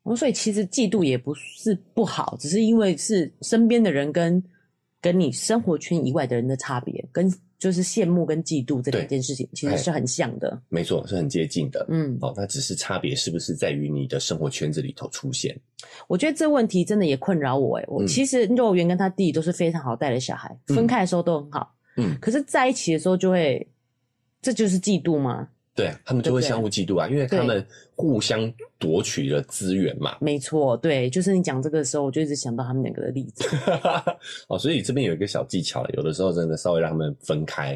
Speaker 1: 哦所以其实嫉妒也不是不好，只是因为是身边的人跟跟你生活圈以外的人的差别，跟就是羡慕跟嫉妒这两
Speaker 2: 对
Speaker 1: 件事情其实是很像的。
Speaker 2: 没错，是很接近的。
Speaker 1: 嗯，
Speaker 2: 哦，那只是差别是不是在于你的生活圈子里头出现？
Speaker 1: 我觉得这问题真的也困扰我诶、欸我
Speaker 2: 嗯
Speaker 1: 其实幼儿园跟他弟都是非常好带的小孩，
Speaker 2: 嗯
Speaker 1: 分开的时候都很好，
Speaker 2: 嗯，
Speaker 1: 可是在一起的时候就会，这就是嫉妒吗？
Speaker 2: 对他们就
Speaker 1: 对
Speaker 2: 会
Speaker 1: 不对
Speaker 2: 相互嫉妒啊，因为他
Speaker 1: 对
Speaker 2: 们互相夺取了资源 嘛。
Speaker 1: 没错，对，就是你讲这个的时候，我就一直想到他们两个的例 子。
Speaker 2: 哦，所以这边有一个小技巧了，有的时候真的稍微让他们分开。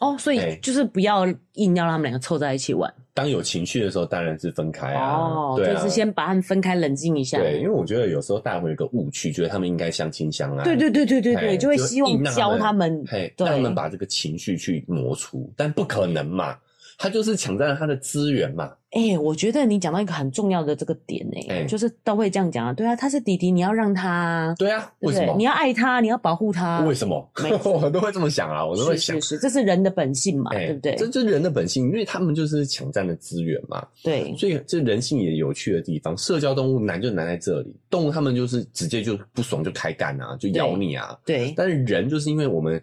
Speaker 1: 哦，所
Speaker 2: 哎
Speaker 1: 以就是不要硬要让他们两个凑在一起玩。
Speaker 2: 当有情绪的时候，当然是分开啊。
Speaker 1: 哦，
Speaker 2: 对啊，
Speaker 1: 就是先把他们分开，冷静一下。
Speaker 2: 对，因为我觉得有时候大家会有一个误区，觉得他们应该相亲相爱。
Speaker 1: 对对对对对
Speaker 2: 哎
Speaker 1: 对，就会希望
Speaker 2: 硬让
Speaker 1: 教他们，
Speaker 2: 嘿，
Speaker 1: 对
Speaker 2: 让他们把这个情绪去磨出，但不可能嘛，他就是抢占了他的资源嘛，
Speaker 1: 哎、我觉得你讲到一个很重要的这个点呢、
Speaker 2: 哎
Speaker 1: 就是都会这样讲啊，对啊，他是弟弟，你要让他，
Speaker 2: 对啊，
Speaker 1: 对
Speaker 2: 为
Speaker 1: 不
Speaker 2: 什
Speaker 1: 对？
Speaker 2: 么？
Speaker 1: 你要爱他，你要保护他，
Speaker 2: 为什么
Speaker 1: 没？错
Speaker 2: 我都会这么想啊，我都会
Speaker 1: 是
Speaker 2: 想
Speaker 1: 是，是，这是人的本性嘛，
Speaker 2: 哎
Speaker 1: 对不对？
Speaker 2: 这就是人的本性，因为他们就是抢占了资源嘛，
Speaker 1: 对，
Speaker 2: 所以这人性也有趣的地方。社交动物难就难在这里，动物他们就是直接就不爽就开干啊，就咬你啊，
Speaker 1: 对，
Speaker 2: 但是人就是因为我们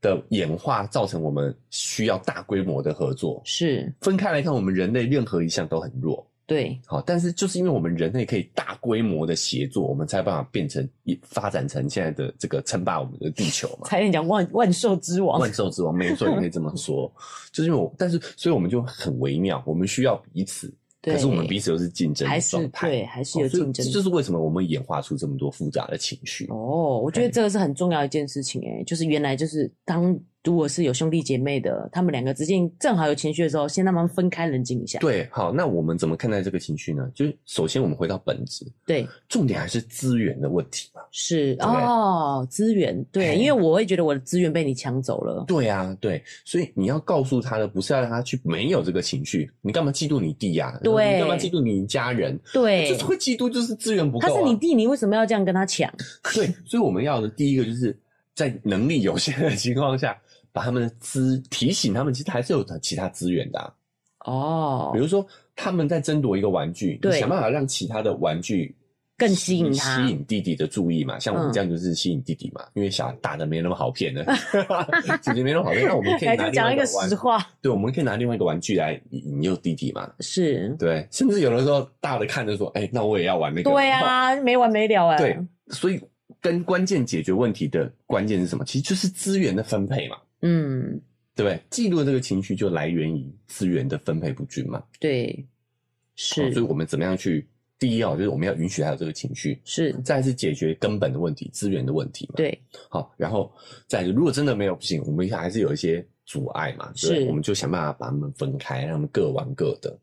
Speaker 2: 的演化造成我们需要大规模的合作。
Speaker 1: 是，
Speaker 2: 分开来看，我们人类任何一项都很弱，
Speaker 1: 对，
Speaker 2: 好，但是就是因为我们人类可以大规模的协作，我们才有办法变成一发展成现在的这个称霸我们的地球嘛。
Speaker 1: 差点讲万万兽之王，
Speaker 2: 万兽之王，没错，你可以这么说。 就是因为我，但是所以我们就很微妙，我们需要彼此，
Speaker 1: 对
Speaker 2: 可是我们彼此又是竞争
Speaker 1: 还
Speaker 2: 的
Speaker 1: 是
Speaker 2: 状态，
Speaker 1: 对，
Speaker 2: 哦，
Speaker 1: 还是有竞争
Speaker 2: 所以这
Speaker 1: 的。
Speaker 2: 就是为什么我们演化出这么多复杂的情绪。
Speaker 1: 哦，我觉得
Speaker 2: 哎
Speaker 1: 这个是很重要的一件事情、哎，就是原来就是当如果是有兄弟姐妹的，他们两个之间正好有情绪的时候，先让他们分开冷静一下。
Speaker 2: 对，好，那我们怎么看待这个情绪呢？就是首先我们回到本质，
Speaker 1: 对，
Speaker 2: 重点还是资源的问题嘛。
Speaker 1: 是
Speaker 2: 对不对
Speaker 1: 哦，资源
Speaker 2: 嘿
Speaker 1: 对，因为我会觉得我的资源被你抢走了，
Speaker 2: 对啊，对，所以你要告诉他的不是要让他去没有这个情绪，你干嘛嫉妒你弟呀、
Speaker 1: 对
Speaker 2: 你干嘛嫉妒你家人？
Speaker 1: 对
Speaker 2: 就是，会嫉妒，就是资源不够、
Speaker 1: 他
Speaker 2: 啊。
Speaker 1: 是你弟，你为什么要这样跟他抢？
Speaker 2: 对，所以我们要的第一个就是在能力有限的 情况下，把他们的资提醒他们，其实还是有其他资源的啊、
Speaker 1: 哦
Speaker 2: 比，如说他们在争夺一个玩具，你
Speaker 1: 对
Speaker 2: 想办法让其他的玩具
Speaker 1: 更吸引他嗯
Speaker 2: 吸引弟弟的注意嘛。像我们这样就是吸引弟弟嘛，因为小打的没那么好骗 的，姐姐没那么好骗，那我们可以
Speaker 1: 来就
Speaker 2: 拿另
Speaker 1: 讲
Speaker 2: 外
Speaker 1: 一
Speaker 2: 一
Speaker 1: 个
Speaker 2: 个
Speaker 1: 实
Speaker 2: 玩，
Speaker 1: 话，
Speaker 2: 对，我们可以拿另外一个玩具来引诱弟弟嘛。
Speaker 1: 是
Speaker 2: 对，甚至有的时候大的看着说，哎、那我也要玩那个。
Speaker 1: 对 啊，没完没了哎、
Speaker 2: 对，所以跟关键解决问题的关键是什么？其实就是资源的分配嘛，
Speaker 1: 嗯，
Speaker 2: 对不对？记录这个情绪就来源于资源的分配不均嘛。
Speaker 1: 对，
Speaker 2: 哦所以
Speaker 1: 是
Speaker 2: 我们怎么样去？第一哦，就是我们要允许他有这个情绪，
Speaker 1: 是，
Speaker 2: 再来是解决根本的问题，资源的问题嘛。，
Speaker 1: 对，
Speaker 2: 好，然后再来是如果真的没有不行，我们还是有一些阻碍嘛，对不对
Speaker 1: 是
Speaker 2: 我们就想办法把他们分开，让他们各玩 各的。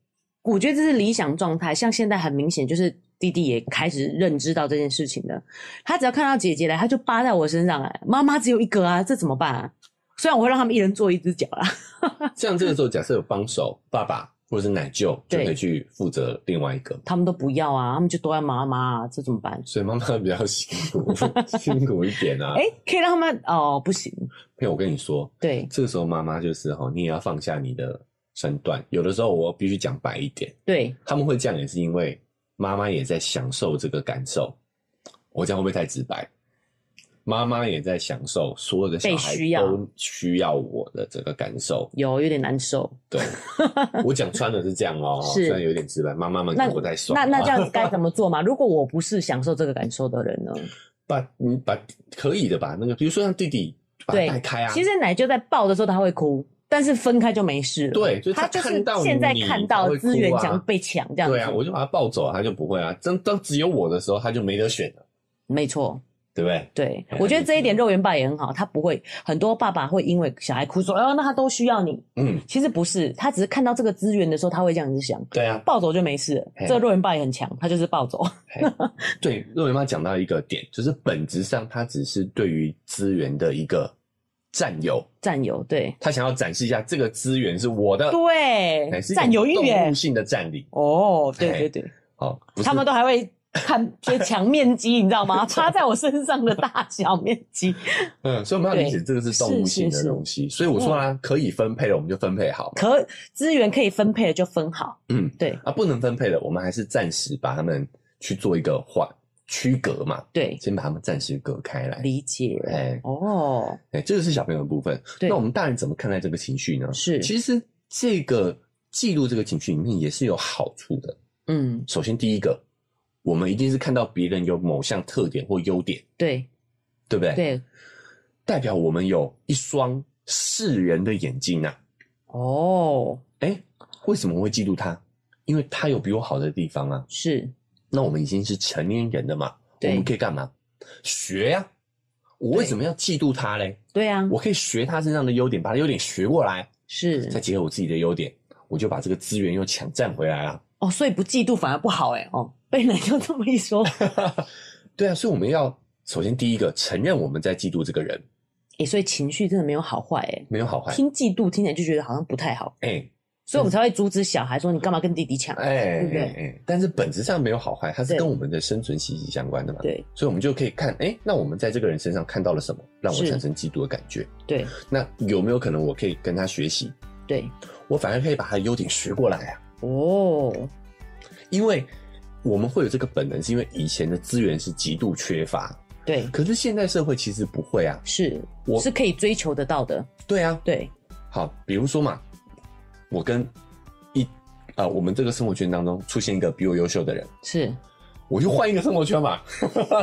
Speaker 1: 我觉得这是理想状态。像现在很明显，就是弟弟也开始认知到这件事情了。他只要看到姐姐来，他就扒在我身上来。妈妈只有一个啊，这怎么办啊？虽然我会让他们一人做一只脚啊啦，
Speaker 2: 像这个时候，假设有帮手、爸爸或者是奶舅，就
Speaker 1: 对
Speaker 2: 可以去负责另外一个。
Speaker 1: 他们都不要啊，他们就都要妈妈、啊，这怎么办？
Speaker 2: 所以妈妈比较辛苦，辛苦一点 啊。
Speaker 1: 哎、可以让他们哦，不行，
Speaker 2: 朋友，我跟你说，
Speaker 1: 对
Speaker 2: 这个时候妈妈就是哈，你也要放下你的身段。有的时候我必须讲白一点，
Speaker 1: 对，
Speaker 2: 他们会这样也是因为妈妈也在享受这个感受。我这样会不会太直白？妈妈也在享受所有的小孩
Speaker 1: 被需要
Speaker 2: 都需要我的这个感受。
Speaker 1: 有有点难受。
Speaker 2: 对，我讲穿了是这样哦、
Speaker 1: 是
Speaker 2: 虽然有点直白，妈妈们可
Speaker 1: 那
Speaker 2: 能不太爽
Speaker 1: 那
Speaker 2: 啊。
Speaker 1: 那这样子该怎么做嘛？如果我不是享受这个感受的人呢？
Speaker 2: 把你把可以的吧？那个比如说像弟弟，把他
Speaker 1: 对
Speaker 2: 带开啊。
Speaker 1: 其实奶就在抱的时候他会哭，但是分开就没事了。
Speaker 2: 对就是
Speaker 1: 他
Speaker 2: 他
Speaker 1: 就是
Speaker 2: 看到
Speaker 1: 现在
Speaker 2: 你
Speaker 1: 看
Speaker 2: 他
Speaker 1: 到
Speaker 2: 会
Speaker 1: 资
Speaker 2: 哭
Speaker 1: 源
Speaker 2: 啊
Speaker 1: 想被抢这样子。
Speaker 2: 对啊，我就把他抱走，他就不会啊。真当只有我的时候，他就没得选了，
Speaker 1: 没错，
Speaker 2: 对不对？
Speaker 1: 对
Speaker 2: 哎，
Speaker 1: 我觉得
Speaker 2: 没
Speaker 1: 这一
Speaker 2: 错
Speaker 1: 点肉圆爸也很好，他不会很多爸爸会因为小孩哭说，哦，那他都需要你。
Speaker 2: 嗯，
Speaker 1: 其实不是，他只是看到这个资源的时候，他会这样子想，
Speaker 2: 对啊，
Speaker 1: 抱走就没事了
Speaker 2: 哎。呀
Speaker 1: 这个肉圆爸也很强，他就是抱走。
Speaker 2: 对。若云妈讲到一个点，就是本质上他只是对于资源的一个占有，
Speaker 1: 占有，对
Speaker 2: 他想要展示一下这个资源是我的，哎
Speaker 1: 对，
Speaker 2: 是一种
Speaker 1: 占有欲
Speaker 2: 动
Speaker 1: 耶
Speaker 2: 物。性的占领。
Speaker 1: 哦，
Speaker 2: 哎
Speaker 1: 对对对，
Speaker 2: 哦，不是
Speaker 1: 他们都还会看，就是抢面积，你知 道吗？插在我身上的大小面积，
Speaker 2: 嗯，所以我们要理解
Speaker 1: 对
Speaker 2: 这个是动物性
Speaker 1: 是是
Speaker 2: 的
Speaker 1: 嗯是
Speaker 2: 东西。所以我说啊，可以分配的我们就分配好，
Speaker 1: 可资源可以分配的就分好。
Speaker 2: 嗯，
Speaker 1: 对
Speaker 2: 啊，不能分配的，我们还是暂时把他们去做一个划区隔嘛，
Speaker 1: 对，
Speaker 2: 先把他们暂时隔开来。
Speaker 1: 理解。
Speaker 2: 哎
Speaker 1: 哦，
Speaker 2: 哎，这个是小朋友的部分。
Speaker 1: 对
Speaker 2: 那我们大人怎么看待这个情绪呢？
Speaker 1: 是
Speaker 2: 其实这个记录这个情绪里面也是有好处的。
Speaker 1: 嗯，
Speaker 2: 首先，第一个，我们一定是看到别人有某项特点或优点，
Speaker 1: 对
Speaker 2: 对不对？，
Speaker 1: 对，
Speaker 2: 代表我们有一双世人的眼睛啊。
Speaker 1: 哦，
Speaker 2: 哎，为什么会记录他？因为他有比我好的地方啊。
Speaker 1: 是
Speaker 2: 那我们已经是成年人了嘛，我
Speaker 1: 对
Speaker 2: 们可以干嘛？学呀、我为
Speaker 1: 对
Speaker 2: 什么要嫉妒他嘞？
Speaker 1: 对啊，
Speaker 2: 我可以学他身上的优点，把他优点学过来。
Speaker 1: 是
Speaker 2: 再结合我自己的优点，我就把这个资源又抢占回来啊了。
Speaker 1: 哦，所以不嫉妒反而不好哎哦，被奶就这么一说，
Speaker 2: 对啊，所以我们要首先第一个承认我们在嫉妒这个人
Speaker 1: 哎，所以情绪真的没有好坏哎，
Speaker 2: 没有好坏。
Speaker 1: 听嫉妒听起来就觉得好像不太好，
Speaker 2: 哎
Speaker 1: 所以我们才会阻止小孩说你干嘛跟弟弟抢？
Speaker 2: 哎
Speaker 1: 对不对
Speaker 2: 哎哎，但是本质上没有好坏，它是
Speaker 1: 对
Speaker 2: 跟我们的生存息息相关的嘛。，
Speaker 1: 对
Speaker 2: 所以我们就可以看，哎，那我们在这个人身上看到了什么，让我
Speaker 1: 是
Speaker 2: 产生嫉妒的感觉？
Speaker 1: 对
Speaker 2: 那有没有可能我可以跟他学习？
Speaker 1: 对，
Speaker 2: 我反而可以把他的优点学过来啊，
Speaker 1: 哦，
Speaker 2: 因为我们会有这个本能，是因为以前的资源是极度缺乏，
Speaker 1: 对，
Speaker 2: 可是现代社会其实不会啊。
Speaker 1: 是
Speaker 2: 我
Speaker 1: 是可以追求得到的，
Speaker 2: 对啊，
Speaker 1: 对
Speaker 2: 好，比如说嘛，我跟一啊、我们这个生活圈当中出现一个比我优秀的人，
Speaker 1: 是
Speaker 2: 我就换一个生活圈嘛，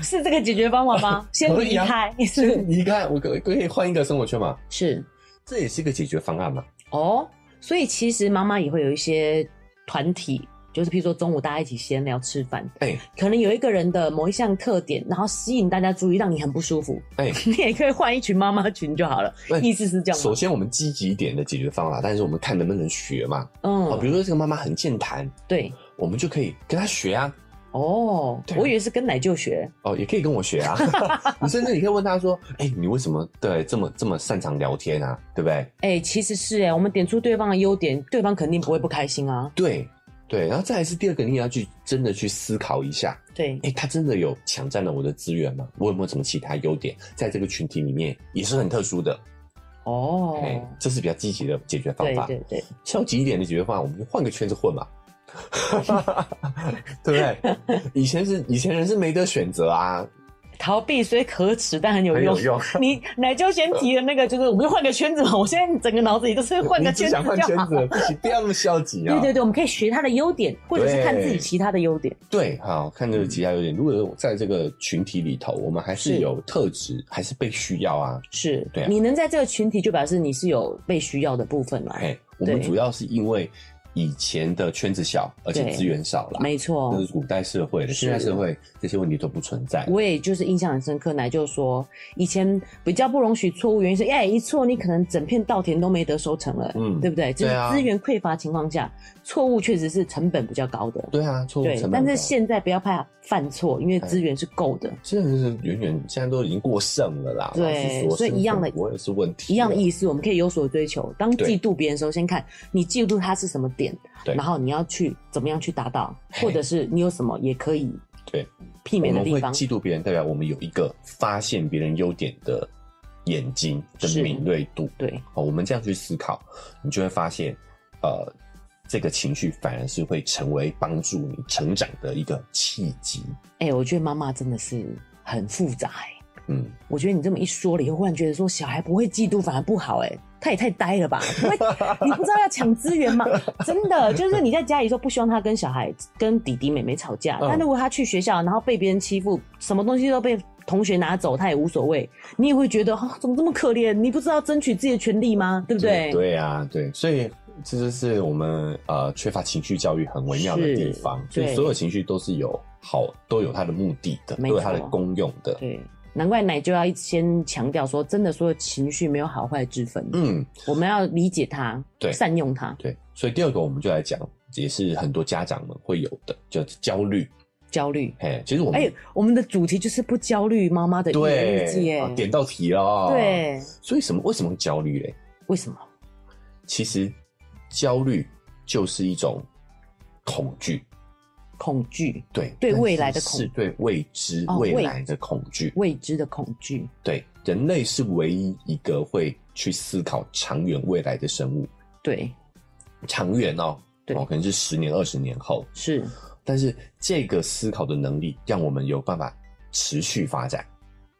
Speaker 1: 是这个解决方法吗？先
Speaker 2: 可
Speaker 1: 离
Speaker 2: 以啊
Speaker 1: 开 是
Speaker 2: 先离开，我可可以换一个生活圈嘛，
Speaker 1: 是
Speaker 2: 这也是一个解决方案嘛。
Speaker 1: 哦，所以其实妈妈也会有一些团体，就是譬如说中午大家一起闲聊吃饭，
Speaker 2: 哎、
Speaker 1: 可能有一个人的某一项特点，然后吸引大家注意，让你很不舒服。
Speaker 2: 哎
Speaker 1: 你也可以换一群妈妈群就好了，
Speaker 2: 哎
Speaker 1: 意思是这样
Speaker 2: 首
Speaker 1: 吗？
Speaker 2: 先我们积极一点的解决方法，但是我们看能不能学嘛。哦，
Speaker 1: 嗯，
Speaker 2: 比如说这个妈妈很健谈，
Speaker 1: 对，
Speaker 2: 我们就可以跟她学啊，
Speaker 1: 哦
Speaker 2: 对，啊
Speaker 1: 我以为是跟奶舅学，
Speaker 2: 哦，也可以跟我学啊。 你甚至你可以问她说，哎、你为什么对这么这么擅长聊天啊？对不对？
Speaker 1: 哎、其实是哎、我们点出对方的优点，对方肯定不会不开心啊。
Speaker 2: 对对，然后再来是第二个，你也要去真的去思考一下。
Speaker 1: 对，
Speaker 2: 哎、他真的有抢占了我的资源吗？我有没有什么其他优点，在这个群体里面也是很特殊的？
Speaker 1: 哦
Speaker 2: 哎、，这是比较积极的解决方
Speaker 1: 对
Speaker 2: 法。
Speaker 1: 对对，
Speaker 2: 消极一点的解决方法，我们就换个圈子混嘛。对不对？以前是以前人是没得选择啊，
Speaker 1: 逃避虽可耻，但很有
Speaker 2: 很
Speaker 1: 用。
Speaker 2: 哎有用。
Speaker 1: 你奶就先提的那个，就是我们就换个圈子嘛。我现在整个脑子里就是换
Speaker 2: 你
Speaker 1: 个
Speaker 2: 只
Speaker 1: 圈
Speaker 2: 想换
Speaker 1: 子就
Speaker 2: 圈
Speaker 1: 好。
Speaker 2: 子，不行，不要那么消极啊。
Speaker 1: 对对对，我们可以学他的优点，或者是看自己其他的优点。
Speaker 2: 对，好看这个其他有点。如果在这个群体里头，我们还是
Speaker 1: 是
Speaker 2: 有特质，还是被需要啊。
Speaker 1: 是，
Speaker 2: 对啊
Speaker 1: 你能在这个群体，就表示你是有被需要的部分嘛。
Speaker 2: 哎，我们
Speaker 1: 对
Speaker 2: 主要是因为以前的圈子小，而且资源少啦。
Speaker 1: 没错
Speaker 2: 这，是古代社会的，
Speaker 1: 是
Speaker 2: 现代社会这些问题都不存在。
Speaker 1: 我也就是印象很深刻。奶就说，以前比较不容许错误，原因是，哎，一错你可能整片稻田都没得收成了，
Speaker 2: 嗯
Speaker 1: 对不对？就
Speaker 2: 对
Speaker 1: 是
Speaker 2: 啊
Speaker 1: 资源匮乏情况下，错误确实是成本比较高的。
Speaker 2: 对啊，错误
Speaker 1: 对
Speaker 2: 成，本
Speaker 1: 但
Speaker 2: 高
Speaker 1: 是现在不要怕犯错，因为资源是够的。
Speaker 2: 现在是远远现在都已经过剩了啦。
Speaker 1: 对
Speaker 2: 老实说
Speaker 1: 所以一样的
Speaker 2: 我也是问题，
Speaker 1: 一样的意思，我们可以有所追求。当
Speaker 2: 对
Speaker 1: 嫉妒别人的时候，先看你嫉妒他是什么点，
Speaker 2: 对
Speaker 1: 然后你要去怎么样去达到，
Speaker 2: 嘿
Speaker 1: 或者是你有什么也可以
Speaker 2: 对
Speaker 1: 媲美的
Speaker 2: 我
Speaker 1: 地
Speaker 2: 们会
Speaker 1: 方。
Speaker 2: 嫉妒别人，代表我们有一个发现别人优点的眼睛的
Speaker 1: 是
Speaker 2: 敏锐度。
Speaker 1: 对，
Speaker 2: 哦，我们这样去思考，你就会发现，呃，这个情绪反而是会成为帮助你成长的一个契机。
Speaker 1: 哎、我觉得妈妈真的是很复杂、哎，
Speaker 2: 嗯，
Speaker 1: 我觉得你这么一说了以后，忽然觉得说小孩不会嫉妒反而不好、哎，他也太呆了吧？不会，你不知道要抢资源吗？真的，就是你在家里说不希望他跟小孩、跟弟弟妹妹吵架，
Speaker 2: 嗯
Speaker 1: 但如果他去学校，然后被别人欺负，什么东西都被同学拿走，他也无所谓，你也会觉得、哦、怎么这么可怜？你不知道争取自己的权利吗？对不对？
Speaker 2: 对啊，对，所以这就是我们呃缺乏情绪教育很微妙的地方。
Speaker 1: 是
Speaker 2: 所以
Speaker 1: 对
Speaker 2: 所有情绪都是有好，都有它的目的的，都
Speaker 1: 没
Speaker 2: 有它的
Speaker 1: 错
Speaker 2: 功用的。
Speaker 1: 对难怪奶就要先强调说，真的所有情绪没有好坏之分，
Speaker 2: 嗯，
Speaker 1: 我们要理解它，
Speaker 2: 对
Speaker 1: 善用它，
Speaker 2: 对。所以第二个我们就来讲，也是很多家长们会有的，叫焦虑。
Speaker 1: 焦虑。
Speaker 2: 嘿，其实我们、
Speaker 1: 哎、我们的主题就是不焦虑妈妈的育儿日记
Speaker 2: 对、
Speaker 1: 耶，
Speaker 2: 哦点到题了哦。，
Speaker 1: 对，
Speaker 2: 所以什么为什么焦虑嘞？
Speaker 1: 为什么？
Speaker 2: 其实焦虑就是一种恐惧，
Speaker 1: 恐惧，
Speaker 2: 对
Speaker 1: 对
Speaker 2: 但是
Speaker 1: 未来的恐
Speaker 2: 是对未知、
Speaker 1: 哦
Speaker 2: 未
Speaker 1: 未
Speaker 2: 来的恐惧。
Speaker 1: 未知的恐惧，
Speaker 2: 对，人类是唯一一个会去思考长远未来的生物，
Speaker 1: 对，
Speaker 2: 长远哦，
Speaker 1: 对
Speaker 2: 哦，可能是十年、二十年后。
Speaker 1: 是
Speaker 2: 但是这个思考的能力，让我们有办法持续发展。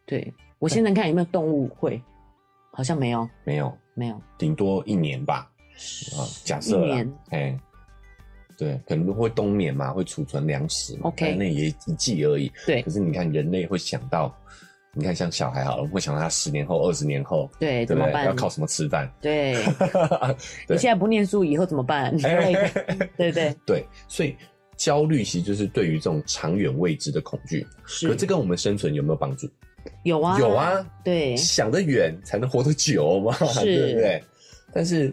Speaker 1: 对。我现在看有没有动物会，好像没有，
Speaker 2: 没有，
Speaker 1: 没有。
Speaker 2: 顶多一年吧，啊，假设
Speaker 1: 一
Speaker 2: 啦
Speaker 1: 年，
Speaker 2: 哎，对，可能会冬眠嘛，会储存粮食嘛
Speaker 1: OK
Speaker 2: 但那也一季而已。
Speaker 1: 对
Speaker 2: 可是你看，人类会想到，你看像小孩好了，会想到他十年后、二十年后，
Speaker 1: 对，
Speaker 2: 对
Speaker 1: 哎怎
Speaker 2: 不
Speaker 1: 么
Speaker 2: 对？要
Speaker 1: 办？
Speaker 2: 靠什么吃饭？
Speaker 1: 对，
Speaker 2: 对哎
Speaker 1: 你现在不念书，以后怎么办？对对
Speaker 2: 对，所以焦虑其实就是对于这种长远未知的恐惧。可
Speaker 1: 是
Speaker 2: 这跟我们生存有没有帮助？
Speaker 1: 有啊
Speaker 2: 有，啊，
Speaker 1: 对
Speaker 2: 想得远才能活得久嘛，
Speaker 1: 是
Speaker 2: 对不对？但是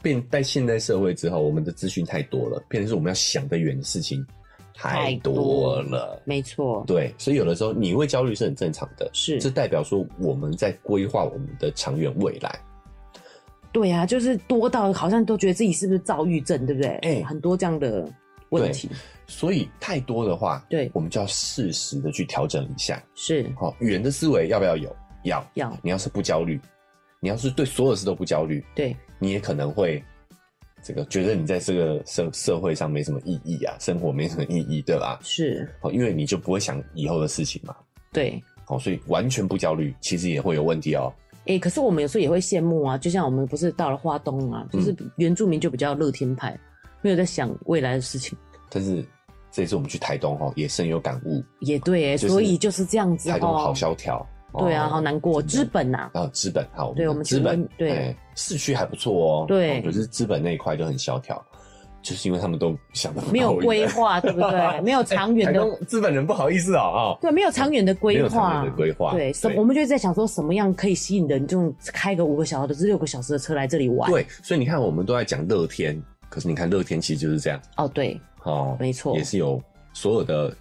Speaker 2: 变在现代社会之后，我们的资讯太多了，变成是我们要想得远的事情太
Speaker 1: 太
Speaker 2: 多
Speaker 1: 多
Speaker 2: 了。
Speaker 1: 没错，
Speaker 2: 对，所以有的时候你会焦虑是很正常的，
Speaker 1: 是
Speaker 2: 这代表说我们在规划我们的长远未来。
Speaker 1: 对啊，就是多到好像都觉得自己是不是躁郁症，对不对？
Speaker 2: 哎
Speaker 1: 很多这样的问题，
Speaker 2: 所以太多的话，
Speaker 1: 对
Speaker 2: 我们就要适时的去调整一下。
Speaker 1: 是
Speaker 2: 好、哦语言的思维要不要有？要。
Speaker 1: 要
Speaker 2: 你要是不焦虑，你要是对所有事都不焦虑，
Speaker 1: 对
Speaker 2: 你也可能会这个觉得你在这个社社会上没什么意义啊，生活没什么意义，对吧？
Speaker 1: 是，
Speaker 2: 好、因为你就不会想以后的事情嘛。
Speaker 1: 对。
Speaker 2: 好、所以完全不焦虑，其实也会有问题哦。
Speaker 1: 哎、可是我们有时候也会羡慕啊，就像我们不是到了花东啊，
Speaker 2: 嗯
Speaker 1: 就是原住民就比较乐天派，没有在想未来的事情。
Speaker 2: 但是这次我们去台东哦，也深有感悟，
Speaker 1: 也对哎、
Speaker 2: 就是
Speaker 1: 所以就是这样子
Speaker 2: 台东好
Speaker 1: 哦。
Speaker 2: 萧条。
Speaker 1: 对啊，好难过，资
Speaker 2: 资
Speaker 1: 本呐、啊，
Speaker 2: 啊，资本好，
Speaker 1: 对我们
Speaker 2: 资
Speaker 1: 请
Speaker 2: 本
Speaker 1: 问对
Speaker 2: 哎市区还不错哦，
Speaker 1: 对
Speaker 2: 哦可是资本那一块就很萧条，就是因为他们都想的
Speaker 1: 没有规 划，对不对？没有长远
Speaker 2: 哎台
Speaker 1: 的，
Speaker 2: 东资本人不好意思啊、哦，
Speaker 1: 对，没有长远的
Speaker 2: 没
Speaker 1: 规
Speaker 2: 有长
Speaker 1: 划
Speaker 2: 远的。规划，
Speaker 1: 对，什我们就在想说，什么样可以吸引人，这种开个五个小时的、六个小时的车来这里玩？，
Speaker 2: 对，所以你看我们都在讲乐天，可是你看乐天其实就是这样
Speaker 1: 哦，对，
Speaker 2: 哦，
Speaker 1: 没错
Speaker 2: 也是有所有的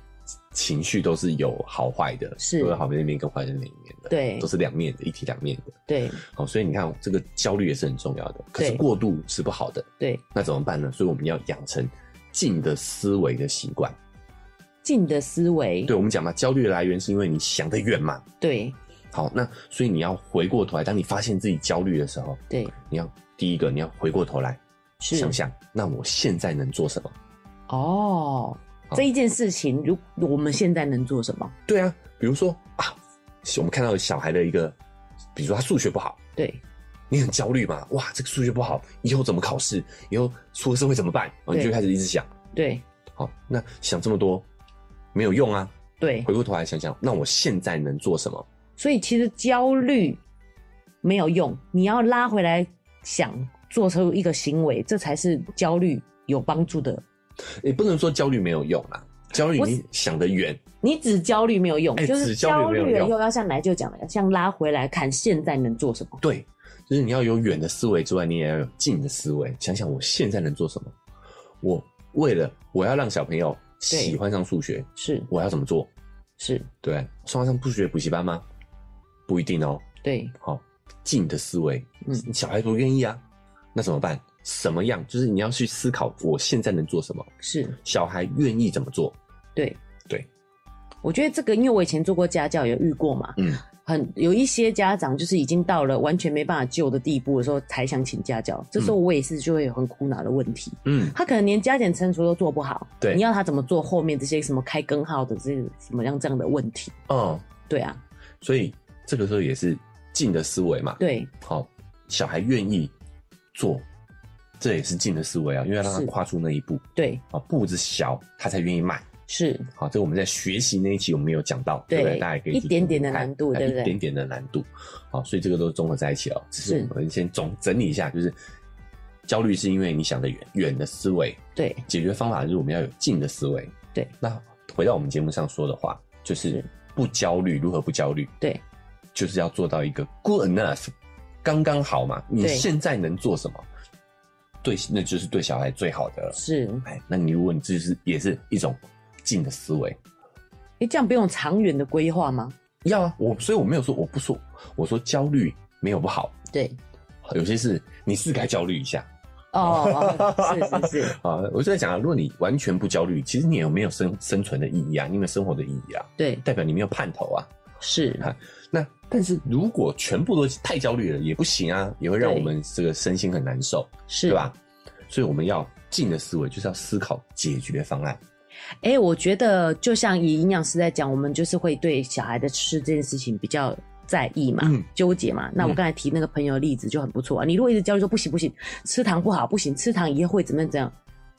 Speaker 2: 情绪都是有好坏的，
Speaker 1: 是
Speaker 2: 都有好的那一面跟坏的那一面的，
Speaker 1: 对
Speaker 2: 都是两面的，一体两面的，
Speaker 1: 对，
Speaker 2: 好、所以你看这个焦虑也是很重要的，可是
Speaker 1: 对
Speaker 2: 过度是不好的，
Speaker 1: 对，
Speaker 2: 那怎么办呢？所以我们要养成静的思维的习惯。
Speaker 1: 静的思维，
Speaker 2: 对我们讲嘛，焦虑的来源是因为你想得远嘛。
Speaker 1: 对
Speaker 2: 好，那所以你要回过头来，当你发现自己焦虑的时候，
Speaker 1: 对
Speaker 2: 你要第一个你要回过头来
Speaker 1: 是
Speaker 2: 想想，那我现在能做什么？
Speaker 1: 哦，这一件事情，如我们现在能做什么？
Speaker 2: 对啊，比如说啊，我们看到小孩的一个，比如说他数学不好，
Speaker 1: 对，
Speaker 2: 你很焦虑嘛？哇，这个数学不好，以后怎么考试？以后出了社会怎么办？啊，你
Speaker 1: 对
Speaker 2: 就开始一直想。
Speaker 1: 对，
Speaker 2: 好，那想这么多没有用啊！
Speaker 1: 对，
Speaker 2: 回过头来想想，那我现在能做什么？
Speaker 1: 所以其实焦虑没有用，你要拉回来想做出一个行为，这才是焦虑有帮助的。
Speaker 2: 也不能说焦虑没有用啦，焦虑
Speaker 1: 我
Speaker 2: 你想得远，
Speaker 1: 你只焦虑没有用，
Speaker 2: 哎
Speaker 1: 就是
Speaker 2: 只焦虑没有
Speaker 1: 了
Speaker 2: 用
Speaker 1: 又要像来就讲的，像拉回来看现在能做什么。
Speaker 2: 对，就是你要有远的思维之外，你也要有近的思维，想想我现在能做什么。我为了我要让小朋友喜欢上数学，
Speaker 1: 是
Speaker 2: 我要怎么做？
Speaker 1: 是，
Speaker 2: 对，送他上数学补习班吗？不一定哦。
Speaker 1: 对
Speaker 2: 好、近的思维，
Speaker 1: 嗯
Speaker 2: 小孩不愿意啊，那怎么办？什么样？就是你要去思考我现在能做什么，
Speaker 1: 是，
Speaker 2: 小孩愿意怎么做。
Speaker 1: 对
Speaker 2: 对。
Speaker 1: 我觉得这个，因为我以前做过家教，有遇过嘛，
Speaker 2: 嗯，
Speaker 1: 很有一些家长就是已经到了完全没办法救的地步的时候，才想请家教。这时候我也是就会有很苦恼的问题，
Speaker 2: 嗯，
Speaker 1: 他可能连加减乘除都做不好，
Speaker 2: 对
Speaker 1: 你要他怎么做后面这些什么开根号的这些什么样这样的问题？
Speaker 2: 哦，
Speaker 1: 对啊，
Speaker 2: 所以这个时候也是静的思维嘛。，
Speaker 1: 对，
Speaker 2: 好、小孩愿意做，这也是静的思维啊，因为要让他
Speaker 1: 是
Speaker 2: 跨出那一步
Speaker 1: 对，
Speaker 2: 啊，步子小他才愿意迈。
Speaker 1: 是，
Speaker 2: 好，这个我们在学习那一期我们有讲到，对
Speaker 1: 对
Speaker 2: 不对？大家也可以
Speaker 1: 一
Speaker 2: 去
Speaker 1: 点
Speaker 2: 听
Speaker 1: 点的
Speaker 2: 听看
Speaker 1: 难度
Speaker 2: 哎
Speaker 1: 对不对
Speaker 2: 一点点的难度，好，所以这个都综合在一起了。哦只是
Speaker 1: 是
Speaker 2: 我们先总整理一下，就是焦虑是因为你想的远远的思维，
Speaker 1: 对，
Speaker 2: 解决方法就是我们要有近的思维。
Speaker 1: 对，
Speaker 2: 那回到我们节目上说的话，就是
Speaker 1: 是
Speaker 2: 不焦虑，如何不焦虑？
Speaker 1: 对，
Speaker 2: 就是要做到一个 good enough，刚刚好嘛。你
Speaker 1: 对
Speaker 2: 现在能做什么？对，那就是对小孩最好的了。
Speaker 1: 是，
Speaker 2: 哎，那你如果你这就是也是一种近的思维，
Speaker 1: 诶，这样不用长远的规划吗？
Speaker 2: 要啊，我所以我没有说我不说，我说焦虑没有不好，
Speaker 1: 对，
Speaker 2: 有些事你是该焦虑一下
Speaker 1: 哦，哦是是是，
Speaker 2: 啊。我就在讲啊，如果你完全不焦虑，其实你有没有生生存的意义啊？你有没有生活的意义啊？
Speaker 1: 对，
Speaker 2: 代表你没有盼头啊。
Speaker 1: 是，
Speaker 2: 那但是如果全部都太焦虑了也不行啊，也会让我们这个身心很难受，
Speaker 1: 是
Speaker 2: 对？吧？所以我们要静的思维就是要思考解决方案。
Speaker 1: 哎、我觉得就像以营养师在讲，我们就是会对小孩的吃这件事情比较在意嘛，
Speaker 2: 嗯
Speaker 1: 纠结嘛。那我刚才提那个朋友的例子就很不错啊。你如果一直焦虑说不行不行，吃糖不好不行，吃糖以后会怎么样怎么样，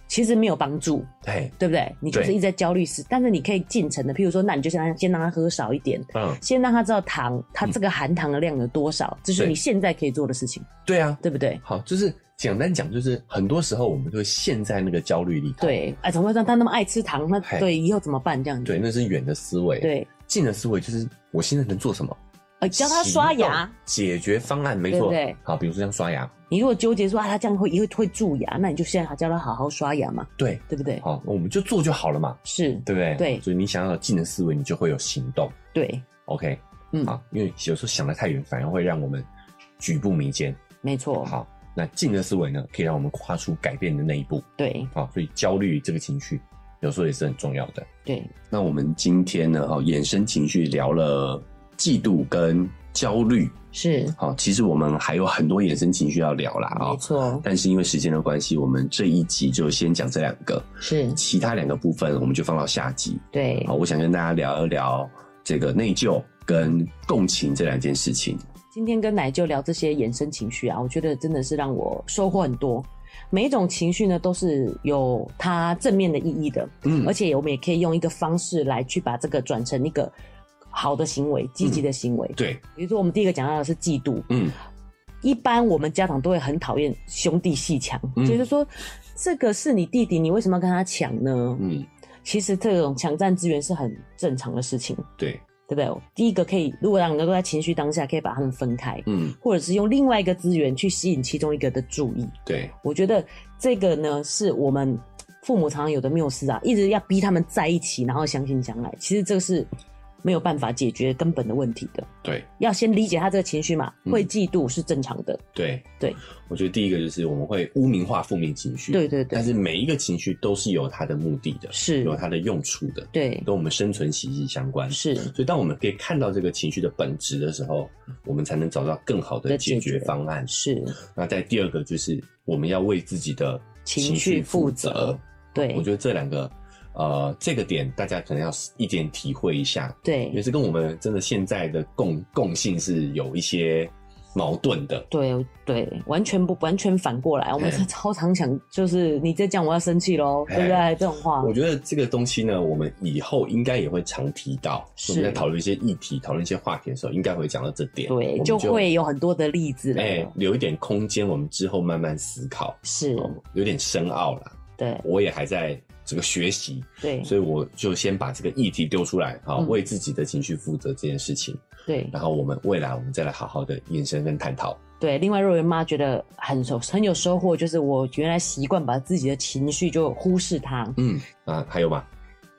Speaker 1: 其实没有帮助，
Speaker 2: 哎，
Speaker 1: 对不对？你就是
Speaker 2: 对
Speaker 1: 一直在焦虑是，但是你可以进程的，譬如说，那你就先让他先让他喝少一点。
Speaker 2: 嗯，
Speaker 1: 先让他知道糖，他这个含糖的量有多少，这是
Speaker 2: 对
Speaker 1: 你现在可以做的事情，
Speaker 2: 对啊，
Speaker 1: 对不对？
Speaker 2: 好，就是简单讲，就是很多时候我们都会陷在那个焦虑里头。
Speaker 1: 对，哎，怎么会让他那么爱吃糖？那
Speaker 2: 嘿
Speaker 1: 对以后怎么办？这样子，
Speaker 2: 对，那是远的思维。，
Speaker 1: 对，
Speaker 2: 近的思维就是我现在能做什么？
Speaker 1: 呃，教他刷
Speaker 2: 行动
Speaker 1: 牙，
Speaker 2: 解决方案没错。
Speaker 1: 对不对
Speaker 2: 好，比如说像刷牙，
Speaker 1: 你如果纠结说啊，他这样会以后会蛀牙，那你就现在教他好好刷牙嘛，
Speaker 2: 对，
Speaker 1: 对不对？
Speaker 2: 好，我们就做就好了嘛，
Speaker 1: 是，
Speaker 2: 对不对？
Speaker 1: 对
Speaker 2: 所以你想要有近的思维，你就会有行动。
Speaker 1: 对，
Speaker 2: OK，
Speaker 1: 嗯
Speaker 2: 好，因为有时候想得太远，反而会让我们举步迷艰。
Speaker 1: 没
Speaker 7: 哦
Speaker 1: 错，
Speaker 2: 好，那近的思维呢，可以让我们跨出改变的那一步。
Speaker 1: 对
Speaker 7: 啊
Speaker 2: 好，所以焦虑这个情绪，有时候也是很重要的。
Speaker 1: 对，
Speaker 7: 那我们今天呢，哈，哦衍生情绪聊了嫉妒跟焦虑，
Speaker 1: 是，
Speaker 7: 好，其实我们还有很多衍生情绪要聊啦，啊
Speaker 1: 没。错，
Speaker 7: 但是因为时间的关系，我们这一集就先讲这两个，
Speaker 1: 是，
Speaker 7: 其他两个部分我们就放到下集。
Speaker 1: 对
Speaker 7: 好，，我想跟大家聊一聊这个内疚跟共情这两件事情。
Speaker 1: 今天跟奶舅聊这些衍生情绪啊，我觉得真的是让我收获很多。每一种情绪呢，都是有它正面的意义的，
Speaker 7: 嗯
Speaker 1: 而且我们也可以用一个方式来去把这个转成一个好的行为、积极的行为。
Speaker 7: 嗯对，
Speaker 1: 比如说，我们第一个讲到的是嫉妒，
Speaker 7: 嗯，
Speaker 1: 一般我们家长都会很讨厌兄弟戏强，
Speaker 7: 嗯
Speaker 1: 就是说这个是你弟弟，你为什么要跟他抢呢？
Speaker 7: 嗯，
Speaker 1: 其实这种抢占资源是很正常的事情，
Speaker 7: 对，
Speaker 1: 对不对？第一个可以，如果让你能够在情绪当下可以把他们分开，
Speaker 7: 嗯，
Speaker 1: 或者是用另外一个资源去吸引其中一个的注意，
Speaker 7: 对，
Speaker 1: 我觉得这个呢是我们父母常常有的谬思啊，一直要逼他们在一起，然后相亲相爱，其实这个是没有办法解决根本的问题的。
Speaker 7: 对，
Speaker 1: 要先理解他这个情绪嘛，
Speaker 7: 嗯
Speaker 1: 会嫉妒是正常的，
Speaker 7: 对，
Speaker 1: 对。
Speaker 7: 我觉得第一个就是我们会污名化负面情绪，
Speaker 1: 对对对
Speaker 7: 但是每一个情绪都是有它的目的的，
Speaker 1: 是
Speaker 7: 有它的用处的，
Speaker 1: 对，
Speaker 7: 跟我们生存息息相关。
Speaker 1: 是
Speaker 7: 所以，当我们可以看到这个情绪的本质的时候，我们才能找到更好的
Speaker 1: 的
Speaker 7: 解
Speaker 1: 解
Speaker 7: 决
Speaker 1: 决
Speaker 7: 方案。
Speaker 1: 是，
Speaker 7: 那在第二个就是我们要为自己的
Speaker 1: 情
Speaker 7: 绪
Speaker 1: 绪负
Speaker 7: 责
Speaker 1: 责，对
Speaker 2: 我觉得这两个呃这个点大家可能要一点体会一下，也
Speaker 1: 对
Speaker 2: 是跟我们真的现在的共共性是有一些矛盾的。
Speaker 1: 对对，完全不完全反过来，我们
Speaker 2: 哎
Speaker 1: 超常想就是你再讲我要生气喽，对不
Speaker 2: 哎
Speaker 1: 对？这种话
Speaker 2: 我觉得这个东西呢，我们以后应该也会常提到，
Speaker 1: 是
Speaker 2: 我们在讨论一些议题、讨论一些话题的时候，应该会讲到这点，我
Speaker 1: 对
Speaker 2: 们
Speaker 1: 就会有很多的例子了。
Speaker 2: 哎、留一点空间，我们之后慢慢思考，
Speaker 1: 是，
Speaker 2: 哦有点深奥啦，
Speaker 1: 对
Speaker 2: 我也还在这个学习，
Speaker 1: 对
Speaker 2: 所以我就先把这个议题丢出来，好、
Speaker 1: 嗯
Speaker 2: 为自己的情绪负责这件事情，
Speaker 1: 对
Speaker 2: 然后我们未来我们再来好好的延伸跟探讨，
Speaker 1: 对。另外，若圆妈觉得很收很有收获，就是我原来习惯把自己的情绪就忽视它，
Speaker 2: 嗯啊，还有吗？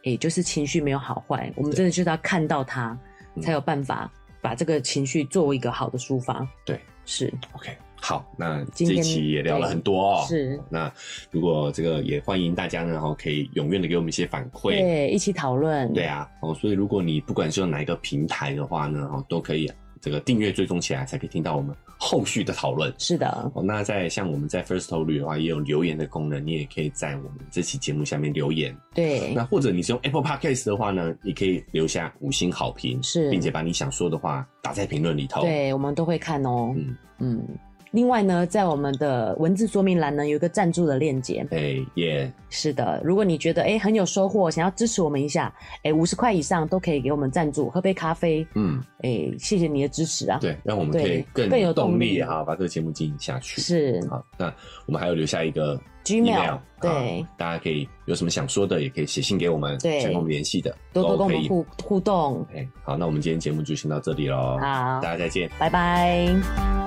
Speaker 1: 也就是情绪没有好坏，我们
Speaker 2: 对
Speaker 1: 真的就是要看到它，
Speaker 2: 嗯
Speaker 1: 才有办法把这个情绪作为一个好的抒发。
Speaker 2: 对，
Speaker 1: 是
Speaker 2: OK，好，那这
Speaker 1: 今天
Speaker 2: 一期也聊了很多哦。
Speaker 1: 是，
Speaker 2: 那如果这个也欢迎大家呢，哦，可以踊跃的给我们一些反馈。
Speaker 1: 对，一起讨论。
Speaker 2: 对啊，哦，所以如果你不管是用哪一个平台的话呢，哦，都可以这个订阅追踪起来，才可以听到我们后续的讨论。
Speaker 1: 是的，
Speaker 2: 哦，那在像我们在 First Story 的话，也有留言的功能，你也可以在我们这期节目下面留言。
Speaker 1: 对
Speaker 2: 那，或者你是用 Apple Podcast 的话呢，你可以留下五星好评，
Speaker 1: 是
Speaker 2: 并且把你想说的话打在评论里头。
Speaker 1: 对，我们都会看哦。
Speaker 2: 嗯
Speaker 1: 嗯另外呢，在我们的文字说明栏呢，有一个赞助的链接。
Speaker 2: 哎耶，
Speaker 1: 是的，如果你觉得哎很有收获，想要支持我们一下，哎五十块以上都可以给我们赞助，喝杯咖啡，
Speaker 2: 嗯，
Speaker 1: 哎谢谢你的支持啊。，
Speaker 2: 对，让我们可以
Speaker 1: 对
Speaker 2: 更
Speaker 1: 更有
Speaker 2: 有动
Speaker 1: 动
Speaker 2: 力
Speaker 1: 力
Speaker 2: 哈，把这个节目经营下去。
Speaker 1: 是
Speaker 2: 好，那我们还有留下一个
Speaker 1: Gmail，
Speaker 2: email，
Speaker 1: 对
Speaker 2: 啊，大家可以有什么想说的，也可以写信给我们，
Speaker 1: 对
Speaker 2: 想跟我们联系的
Speaker 1: 多多跟
Speaker 2: 都
Speaker 1: 我
Speaker 2: 可
Speaker 1: 们
Speaker 2: 以。
Speaker 1: 互互动，
Speaker 2: 哎，好，那我们今天节目就先到这里喽，
Speaker 1: 好
Speaker 2: 大家再见。
Speaker 1: 拜拜。